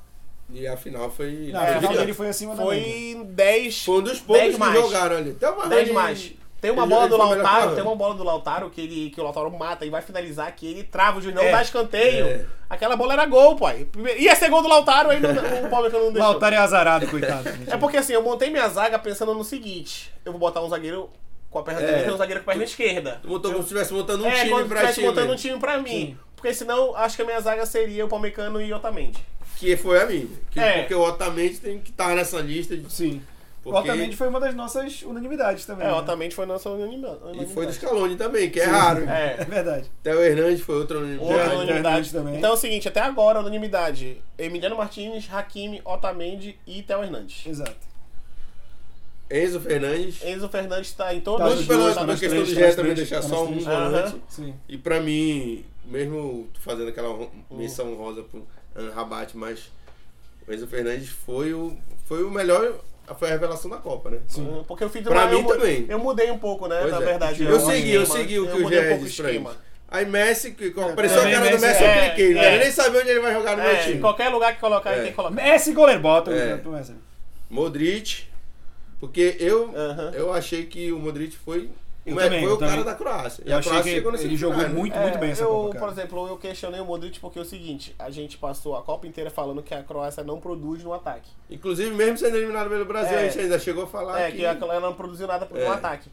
[SPEAKER 3] E a final foi.
[SPEAKER 2] Não,
[SPEAKER 1] É,
[SPEAKER 2] a final
[SPEAKER 1] foi-
[SPEAKER 2] dele foi acima da média.
[SPEAKER 1] Foi dez
[SPEAKER 3] Foi um dos poucos
[SPEAKER 1] dez
[SPEAKER 3] que
[SPEAKER 1] mais.
[SPEAKER 3] jogaram ali. Até o Varane-
[SPEAKER 1] 10 mais. Tem uma
[SPEAKER 3] ele-
[SPEAKER 1] bola
[SPEAKER 3] ele
[SPEAKER 1] do
[SPEAKER 3] foi melhor que o
[SPEAKER 1] Lautaro,
[SPEAKER 3] Varane.
[SPEAKER 1] tem uma bola do Lautaro que, ele, que o Lautaro mata e vai finalizar, que ele trava o juiz, não
[SPEAKER 2] É.
[SPEAKER 1] dá escanteio.
[SPEAKER 3] É.
[SPEAKER 1] Aquela bola era gol, pai. Primeiro- ia ser gol do Lautaro, aí não, o Palmeiras não
[SPEAKER 2] O
[SPEAKER 1] deixou.
[SPEAKER 2] Lautaro é azarado, coitado. gente.
[SPEAKER 1] É porque assim, eu montei minha zaga pensando no seguinte: eu vou botar um zagueiro com a perna
[SPEAKER 3] É.
[SPEAKER 1] direita e um zagueiro com a perna esquerda.
[SPEAKER 3] Tu Montou como se estivesse montando um
[SPEAKER 1] é,
[SPEAKER 3] time
[SPEAKER 1] quando
[SPEAKER 3] pra
[SPEAKER 1] estivesse
[SPEAKER 3] time. né?
[SPEAKER 1] montando um time pra mim.
[SPEAKER 2] Sim.
[SPEAKER 1] Porque senão, acho que a minha zaga seria o Palmecano e o Otamendi.
[SPEAKER 3] Que foi a minha. Que-
[SPEAKER 1] É.
[SPEAKER 3] Porque o Otamendi tem que estar tá nessa lista. de-
[SPEAKER 2] Sim. O Otamendi foi uma das nossas unanimidades também.
[SPEAKER 1] É,
[SPEAKER 2] né?
[SPEAKER 1] Otamendi foi nossa unanimidade.
[SPEAKER 3] Uhum. E foi do Scaloni também, que é raro.
[SPEAKER 1] É.
[SPEAKER 2] Verdade.
[SPEAKER 3] Theo Hernandes foi outro
[SPEAKER 1] Outra
[SPEAKER 2] Gerard
[SPEAKER 3] unanimidade.
[SPEAKER 1] unanimidade.
[SPEAKER 2] Hernandes também.
[SPEAKER 1] Então é o seguinte, até agora unanimidade. Emiliano Martins, Hakimi, Otamendi e Theo Hernandes.
[SPEAKER 2] Exato.
[SPEAKER 3] Enzo Fernandes.
[SPEAKER 1] Enzo Fernandes tá em todos
[SPEAKER 2] Tá
[SPEAKER 3] Hoje,
[SPEAKER 2] nos
[SPEAKER 3] pela,
[SPEAKER 2] dois,
[SPEAKER 1] tá
[SPEAKER 3] pela
[SPEAKER 1] nos
[SPEAKER 2] nas
[SPEAKER 3] questão
[SPEAKER 1] três.
[SPEAKER 2] três,
[SPEAKER 3] do
[SPEAKER 2] tá nas
[SPEAKER 3] GE também
[SPEAKER 2] três,
[SPEAKER 3] deixar
[SPEAKER 2] tá
[SPEAKER 3] só
[SPEAKER 2] nas
[SPEAKER 3] um
[SPEAKER 2] três.
[SPEAKER 3] volante.
[SPEAKER 2] Sim.
[SPEAKER 3] E pra mim, mesmo fazendo aquela ro- menção rosa pro Rabat, mas o Enzo Fernandes foi o, foi o melhor, foi a revelação da Copa, né?
[SPEAKER 1] Ah, Porque eu fiz
[SPEAKER 3] Pra
[SPEAKER 1] uma-
[SPEAKER 3] mim
[SPEAKER 1] eu, mu-
[SPEAKER 3] também.
[SPEAKER 1] Eu mudei um pouco, né?
[SPEAKER 3] Pois
[SPEAKER 1] na
[SPEAKER 3] é.
[SPEAKER 1] verdade.
[SPEAKER 3] Eu,
[SPEAKER 1] o
[SPEAKER 3] segui, eu
[SPEAKER 1] esquema.
[SPEAKER 3] segui o que
[SPEAKER 1] Eu
[SPEAKER 3] o
[SPEAKER 1] mudei um
[SPEAKER 3] GE
[SPEAKER 1] pouco o
[SPEAKER 3] disse pra
[SPEAKER 1] esquema.
[SPEAKER 3] gente. Aí Messi, que que apareceu a
[SPEAKER 2] também
[SPEAKER 3] cara do
[SPEAKER 2] Messi,
[SPEAKER 3] Messi, eu
[SPEAKER 1] é,
[SPEAKER 3] cliquei. Não
[SPEAKER 1] é.
[SPEAKER 3] quero nem saber onde ele vai jogar no meu
[SPEAKER 1] É, em
[SPEAKER 3] time.
[SPEAKER 1] qualquer lugar que colocar, ele
[SPEAKER 3] É.
[SPEAKER 1] tem que colocar.
[SPEAKER 2] Messi goleiro, bota o-
[SPEAKER 3] É.
[SPEAKER 2] o Messi.
[SPEAKER 3] Modric, porque eu,
[SPEAKER 1] Aham.
[SPEAKER 3] eu achei que o Modric foi,
[SPEAKER 2] Eu
[SPEAKER 3] o-
[SPEAKER 2] também,
[SPEAKER 3] foi
[SPEAKER 2] eu
[SPEAKER 3] o cara
[SPEAKER 2] também.
[SPEAKER 3] da Croácia. E
[SPEAKER 2] Eu
[SPEAKER 3] a
[SPEAKER 2] achei
[SPEAKER 3] Croácia
[SPEAKER 2] que
[SPEAKER 3] chegou nesse
[SPEAKER 2] ele jogou
[SPEAKER 3] final, né?
[SPEAKER 2] muito,
[SPEAKER 1] É,
[SPEAKER 2] muito bem essa
[SPEAKER 1] eu,
[SPEAKER 2] Copa, cara.
[SPEAKER 1] Por exemplo, eu questionei o Modric porque é o seguinte, a gente passou a Copa inteira falando que a Croácia não produz no ataque.
[SPEAKER 3] Inclusive, mesmo sendo eliminado pelo Brasil,
[SPEAKER 1] É.
[SPEAKER 3] a gente ainda chegou a falar
[SPEAKER 1] é,
[SPEAKER 3] que...
[SPEAKER 1] que, ela não produziu nada no
[SPEAKER 3] É.
[SPEAKER 1] ataque.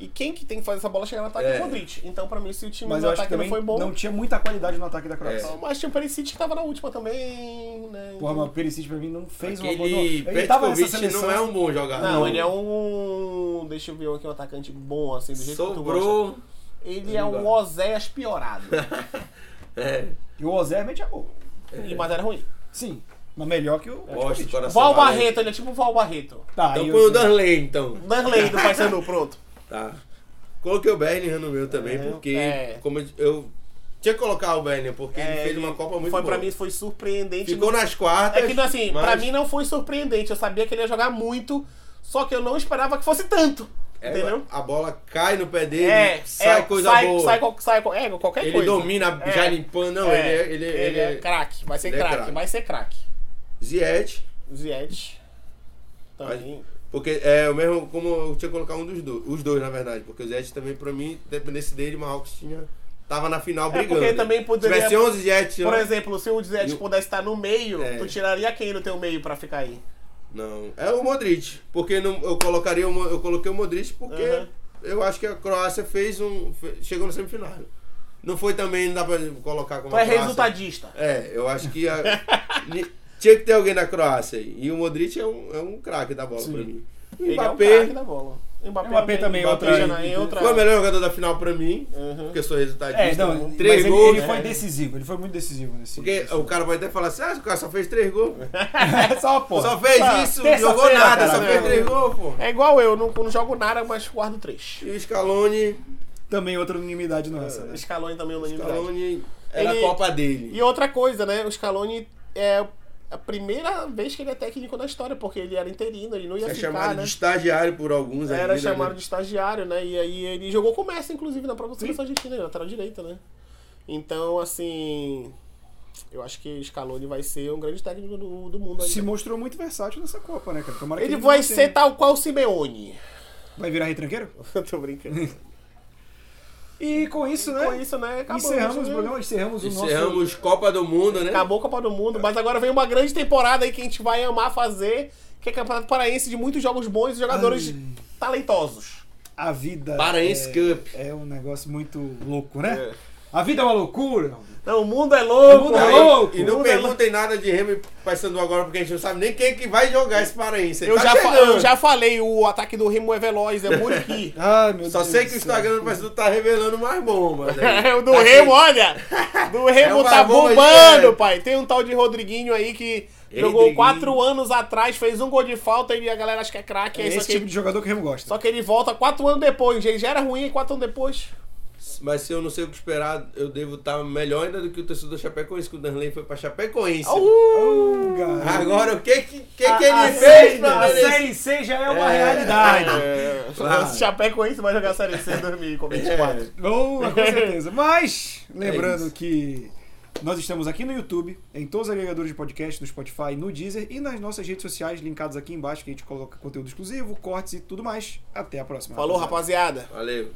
[SPEAKER 1] E quem que tem que fazer essa bola chegar no ataque é,
[SPEAKER 3] É.
[SPEAKER 1] o Modric. Então, pra mim, se o time
[SPEAKER 2] Mas
[SPEAKER 1] no
[SPEAKER 2] eu acho que
[SPEAKER 1] ataque não
[SPEAKER 2] também
[SPEAKER 1] foi bom,
[SPEAKER 2] não tinha muita qualidade no ataque da Croácia.
[SPEAKER 3] É.
[SPEAKER 1] mas tinha o Perisic que tava na última também, né?
[SPEAKER 2] Porra, mas o Perisic pra mim não fez uma boa...
[SPEAKER 3] Aquele
[SPEAKER 2] Ele tava nessa
[SPEAKER 3] Petkovic
[SPEAKER 2] seleção... assim.
[SPEAKER 3] não é um bom jogador.
[SPEAKER 1] Não, ele é um... Deixa eu ver aqui, um atacante bom, assim, do jeito que tu gosta.
[SPEAKER 3] Sobrou...
[SPEAKER 1] Ele é um Oséias piorado.
[SPEAKER 3] É,
[SPEAKER 2] E o Ozé mete a gol.
[SPEAKER 1] e mas era ruim.
[SPEAKER 2] Sim, mas melhor que o...
[SPEAKER 3] gosto do coração.
[SPEAKER 1] Val
[SPEAKER 3] valente.
[SPEAKER 1] Barreto, ele é tipo o Val Barreto.
[SPEAKER 2] Tá, aí
[SPEAKER 3] Então
[SPEAKER 2] eu-
[SPEAKER 3] põe o Darley, então.
[SPEAKER 1] Danley do Paysandu, pronto.
[SPEAKER 3] Tá. Coloquei o Bellingham no meu também,
[SPEAKER 1] É,
[SPEAKER 3] porque...
[SPEAKER 1] é.
[SPEAKER 3] Como eu- eu... Tinha que colocar o Bellingham, porque ele
[SPEAKER 1] É,
[SPEAKER 3] fez uma Copa muito
[SPEAKER 1] foi,
[SPEAKER 3] boa.
[SPEAKER 1] Pra mim foi surpreendente.
[SPEAKER 3] Ficou nas quartas.
[SPEAKER 1] É que assim,
[SPEAKER 3] mas-
[SPEAKER 1] pra mim não foi surpreendente. Eu sabia que ele ia jogar muito, só que eu não esperava que fosse tanto.
[SPEAKER 3] É,
[SPEAKER 1] entendeu?
[SPEAKER 3] A bola cai no pé dele,
[SPEAKER 1] É,
[SPEAKER 3] sai
[SPEAKER 1] é,
[SPEAKER 3] coisa
[SPEAKER 1] sai,
[SPEAKER 3] boa.
[SPEAKER 1] Sai, qual- sai qual- é, qualquer
[SPEAKER 3] ele
[SPEAKER 1] coisa.
[SPEAKER 3] domina
[SPEAKER 1] É.
[SPEAKER 3] já limpando. Não,
[SPEAKER 1] É,
[SPEAKER 3] ele, é- ele, ele,
[SPEAKER 1] é craque, vai ser
[SPEAKER 3] ele é
[SPEAKER 1] craque,
[SPEAKER 3] craque.
[SPEAKER 1] vai ser craque.
[SPEAKER 3] Ziyech,
[SPEAKER 1] Ziet. Também.
[SPEAKER 3] Porque é o mesmo, como eu tinha colocado um dos dois, os dois na verdade, porque o Ziyech também pra mim, dependesse dele, o Marrocos tinha tava na final
[SPEAKER 1] É, porque
[SPEAKER 3] brigando. né?
[SPEAKER 1] também poderia-
[SPEAKER 3] Se tivesse 11 Ziyech,
[SPEAKER 1] Por
[SPEAKER 3] eu-
[SPEAKER 1] exemplo, se o Ziet
[SPEAKER 3] E o-
[SPEAKER 1] pudesse estar no meio,
[SPEAKER 3] É.
[SPEAKER 1] tu tiraria quem no teu meio pra ficar aí?
[SPEAKER 3] não, é o Modric, porque não, eu colocaria o Mo- eu coloquei o Modric porque
[SPEAKER 1] Aham.
[SPEAKER 3] eu acho que a Croácia fez um fe- chegou no semifinal. Não foi também não dá pra colocar como
[SPEAKER 1] Tu é
[SPEAKER 3] a Croácia-
[SPEAKER 1] resultadista.
[SPEAKER 3] É, eu acho que a- ni- tinha que ter alguém na Croácia aí. e o Modric é um, é um craque da bola
[SPEAKER 2] Sim.
[SPEAKER 3] pra mim. O
[SPEAKER 1] Ele
[SPEAKER 3] Mbappé
[SPEAKER 1] é um craque da bola. Mbappé,
[SPEAKER 2] Mbappé também é outra-
[SPEAKER 1] já na- é outra.
[SPEAKER 3] foi o melhor jogador da final pra mim,
[SPEAKER 1] Uhum.
[SPEAKER 3] porque eu sou resultadista.
[SPEAKER 2] É, não,
[SPEAKER 3] três
[SPEAKER 2] mas ele,
[SPEAKER 3] gols,
[SPEAKER 2] ele foi
[SPEAKER 1] né?
[SPEAKER 2] decisivo, ele foi muito decisivo nesse...
[SPEAKER 3] Porque
[SPEAKER 2] nesse
[SPEAKER 3] o cara pode até falar assim, ah, o cara só fez três gols.
[SPEAKER 2] É só uma porra.
[SPEAKER 3] Só fez
[SPEAKER 1] tá,
[SPEAKER 2] Ah,
[SPEAKER 3] isso, não
[SPEAKER 2] terça-feira,
[SPEAKER 3] jogou nada,
[SPEAKER 2] cara,
[SPEAKER 3] só fez
[SPEAKER 2] né?
[SPEAKER 3] três gols, pô.
[SPEAKER 1] É igual eu, não, não jogo nada, mas guardo três.
[SPEAKER 3] E o Scaloni,
[SPEAKER 2] Também outra unanimidade nossa, né?
[SPEAKER 1] O Scaloni também é unanimidade.
[SPEAKER 3] Scaloni é era
[SPEAKER 1] Ele-
[SPEAKER 3] a Copa dele.
[SPEAKER 1] E outra coisa, né? O Scaloni é a primeira vez que ele é técnico na história, porque ele era interino, ele não ia
[SPEAKER 3] É
[SPEAKER 1] ficar,
[SPEAKER 3] chamado
[SPEAKER 1] né?
[SPEAKER 3] de estagiário por alguns
[SPEAKER 1] Era
[SPEAKER 3] ainda,
[SPEAKER 1] chamado de
[SPEAKER 3] né?
[SPEAKER 1] estagiário, né? E aí ele jogou com o Messi, inclusive, na própria seleção argentina, ele lateral direita, né? Então, assim. Eu acho que o Scaloni vai ser um grande técnico do, do mundo
[SPEAKER 2] Se
[SPEAKER 1] ainda.
[SPEAKER 2] mostrou muito versátil nessa Copa, né, cara? Tomara que
[SPEAKER 1] Ele vai
[SPEAKER 2] mantenha.
[SPEAKER 1] ser tal qual o Simeone.
[SPEAKER 2] Vai virar retranqueiro?
[SPEAKER 1] Eu tô brincando.
[SPEAKER 2] E com isso, né?
[SPEAKER 1] Com isso, né? Acabou,
[SPEAKER 2] encerramos
[SPEAKER 1] né?
[SPEAKER 2] o programa, encerramos o nosso...
[SPEAKER 3] Encerramos Copa do Mundo, né?
[SPEAKER 1] Acabou a Copa do Mundo, mas agora vem uma grande temporada aí que a gente vai amar fazer, que é Campeonato Paraense de muitos jogos bons e jogadores talentosos.
[SPEAKER 2] A vida
[SPEAKER 3] Paraense
[SPEAKER 2] é,
[SPEAKER 3] Cup.
[SPEAKER 2] é um negócio muito louco, né? A vida é uma loucura.
[SPEAKER 1] Não, o mundo é louco!
[SPEAKER 2] O mundo é
[SPEAKER 1] aí-
[SPEAKER 2] louco!
[SPEAKER 3] Tá E não
[SPEAKER 1] Muda,
[SPEAKER 3] perguntem nada de Remy passando agora, porque a gente não sabe nem quem que vai jogar esse paraense. Ele
[SPEAKER 1] Eu,
[SPEAKER 3] tá
[SPEAKER 1] já fa-
[SPEAKER 3] chegando.
[SPEAKER 1] eu já falei, o ataque do Remo é veloz, é Muriqui.
[SPEAKER 2] Ai, meu
[SPEAKER 3] Só
[SPEAKER 2] Deus
[SPEAKER 3] sei
[SPEAKER 2] do
[SPEAKER 3] que
[SPEAKER 2] céu.
[SPEAKER 3] o Instagram do Paysandu tá revelando mais bombas. né?
[SPEAKER 1] É, o do
[SPEAKER 3] Tá
[SPEAKER 1] Remo,
[SPEAKER 3] che-
[SPEAKER 1] olha! Do Remo
[SPEAKER 3] É uma
[SPEAKER 1] tá
[SPEAKER 3] bomba,
[SPEAKER 1] bombando,
[SPEAKER 3] é.
[SPEAKER 1] pai. Tem um tal de Rodriguinho aí que
[SPEAKER 3] Ei,
[SPEAKER 1] jogou
[SPEAKER 3] Rodriguinho.
[SPEAKER 1] quatro anos atrás, fez um gol de falta e a galera acha que é craque.
[SPEAKER 2] É
[SPEAKER 1] aí só,
[SPEAKER 2] esse
[SPEAKER 1] que,
[SPEAKER 2] tipo de jogador que o Remo gosta.
[SPEAKER 1] só que ele volta quatro anos depois. Ele já era ruim e quatro anos depois.
[SPEAKER 3] Mas se eu não sei o que esperar, eu devo estar melhor ainda do que o torcedor Chapecoense, que o Danley foi pra Chapecoense.
[SPEAKER 2] Uh, cara.
[SPEAKER 3] Agora, o que que, que, que
[SPEAKER 2] A
[SPEAKER 1] Ah,
[SPEAKER 3] ele
[SPEAKER 2] série-
[SPEAKER 3] fez pra
[SPEAKER 2] A
[SPEAKER 3] merecer?
[SPEAKER 2] Série C já é uma
[SPEAKER 3] É.
[SPEAKER 2] realidade.
[SPEAKER 1] É,
[SPEAKER 3] Claro.
[SPEAKER 1] Se Chapecoense vai jogar a Série C em 2024.
[SPEAKER 2] É, Boa, com certeza. Mas, lembrando que nós estamos aqui no YouTube, em todos os agregadores de podcast, no Spotify, no Deezer e nas nossas redes sociais, linkados aqui embaixo, que a gente coloca conteúdo exclusivo, cortes e tudo mais. Até a próxima.
[SPEAKER 1] Falou,
[SPEAKER 2] rapaziada.
[SPEAKER 1] rapaziada.
[SPEAKER 3] Valeu.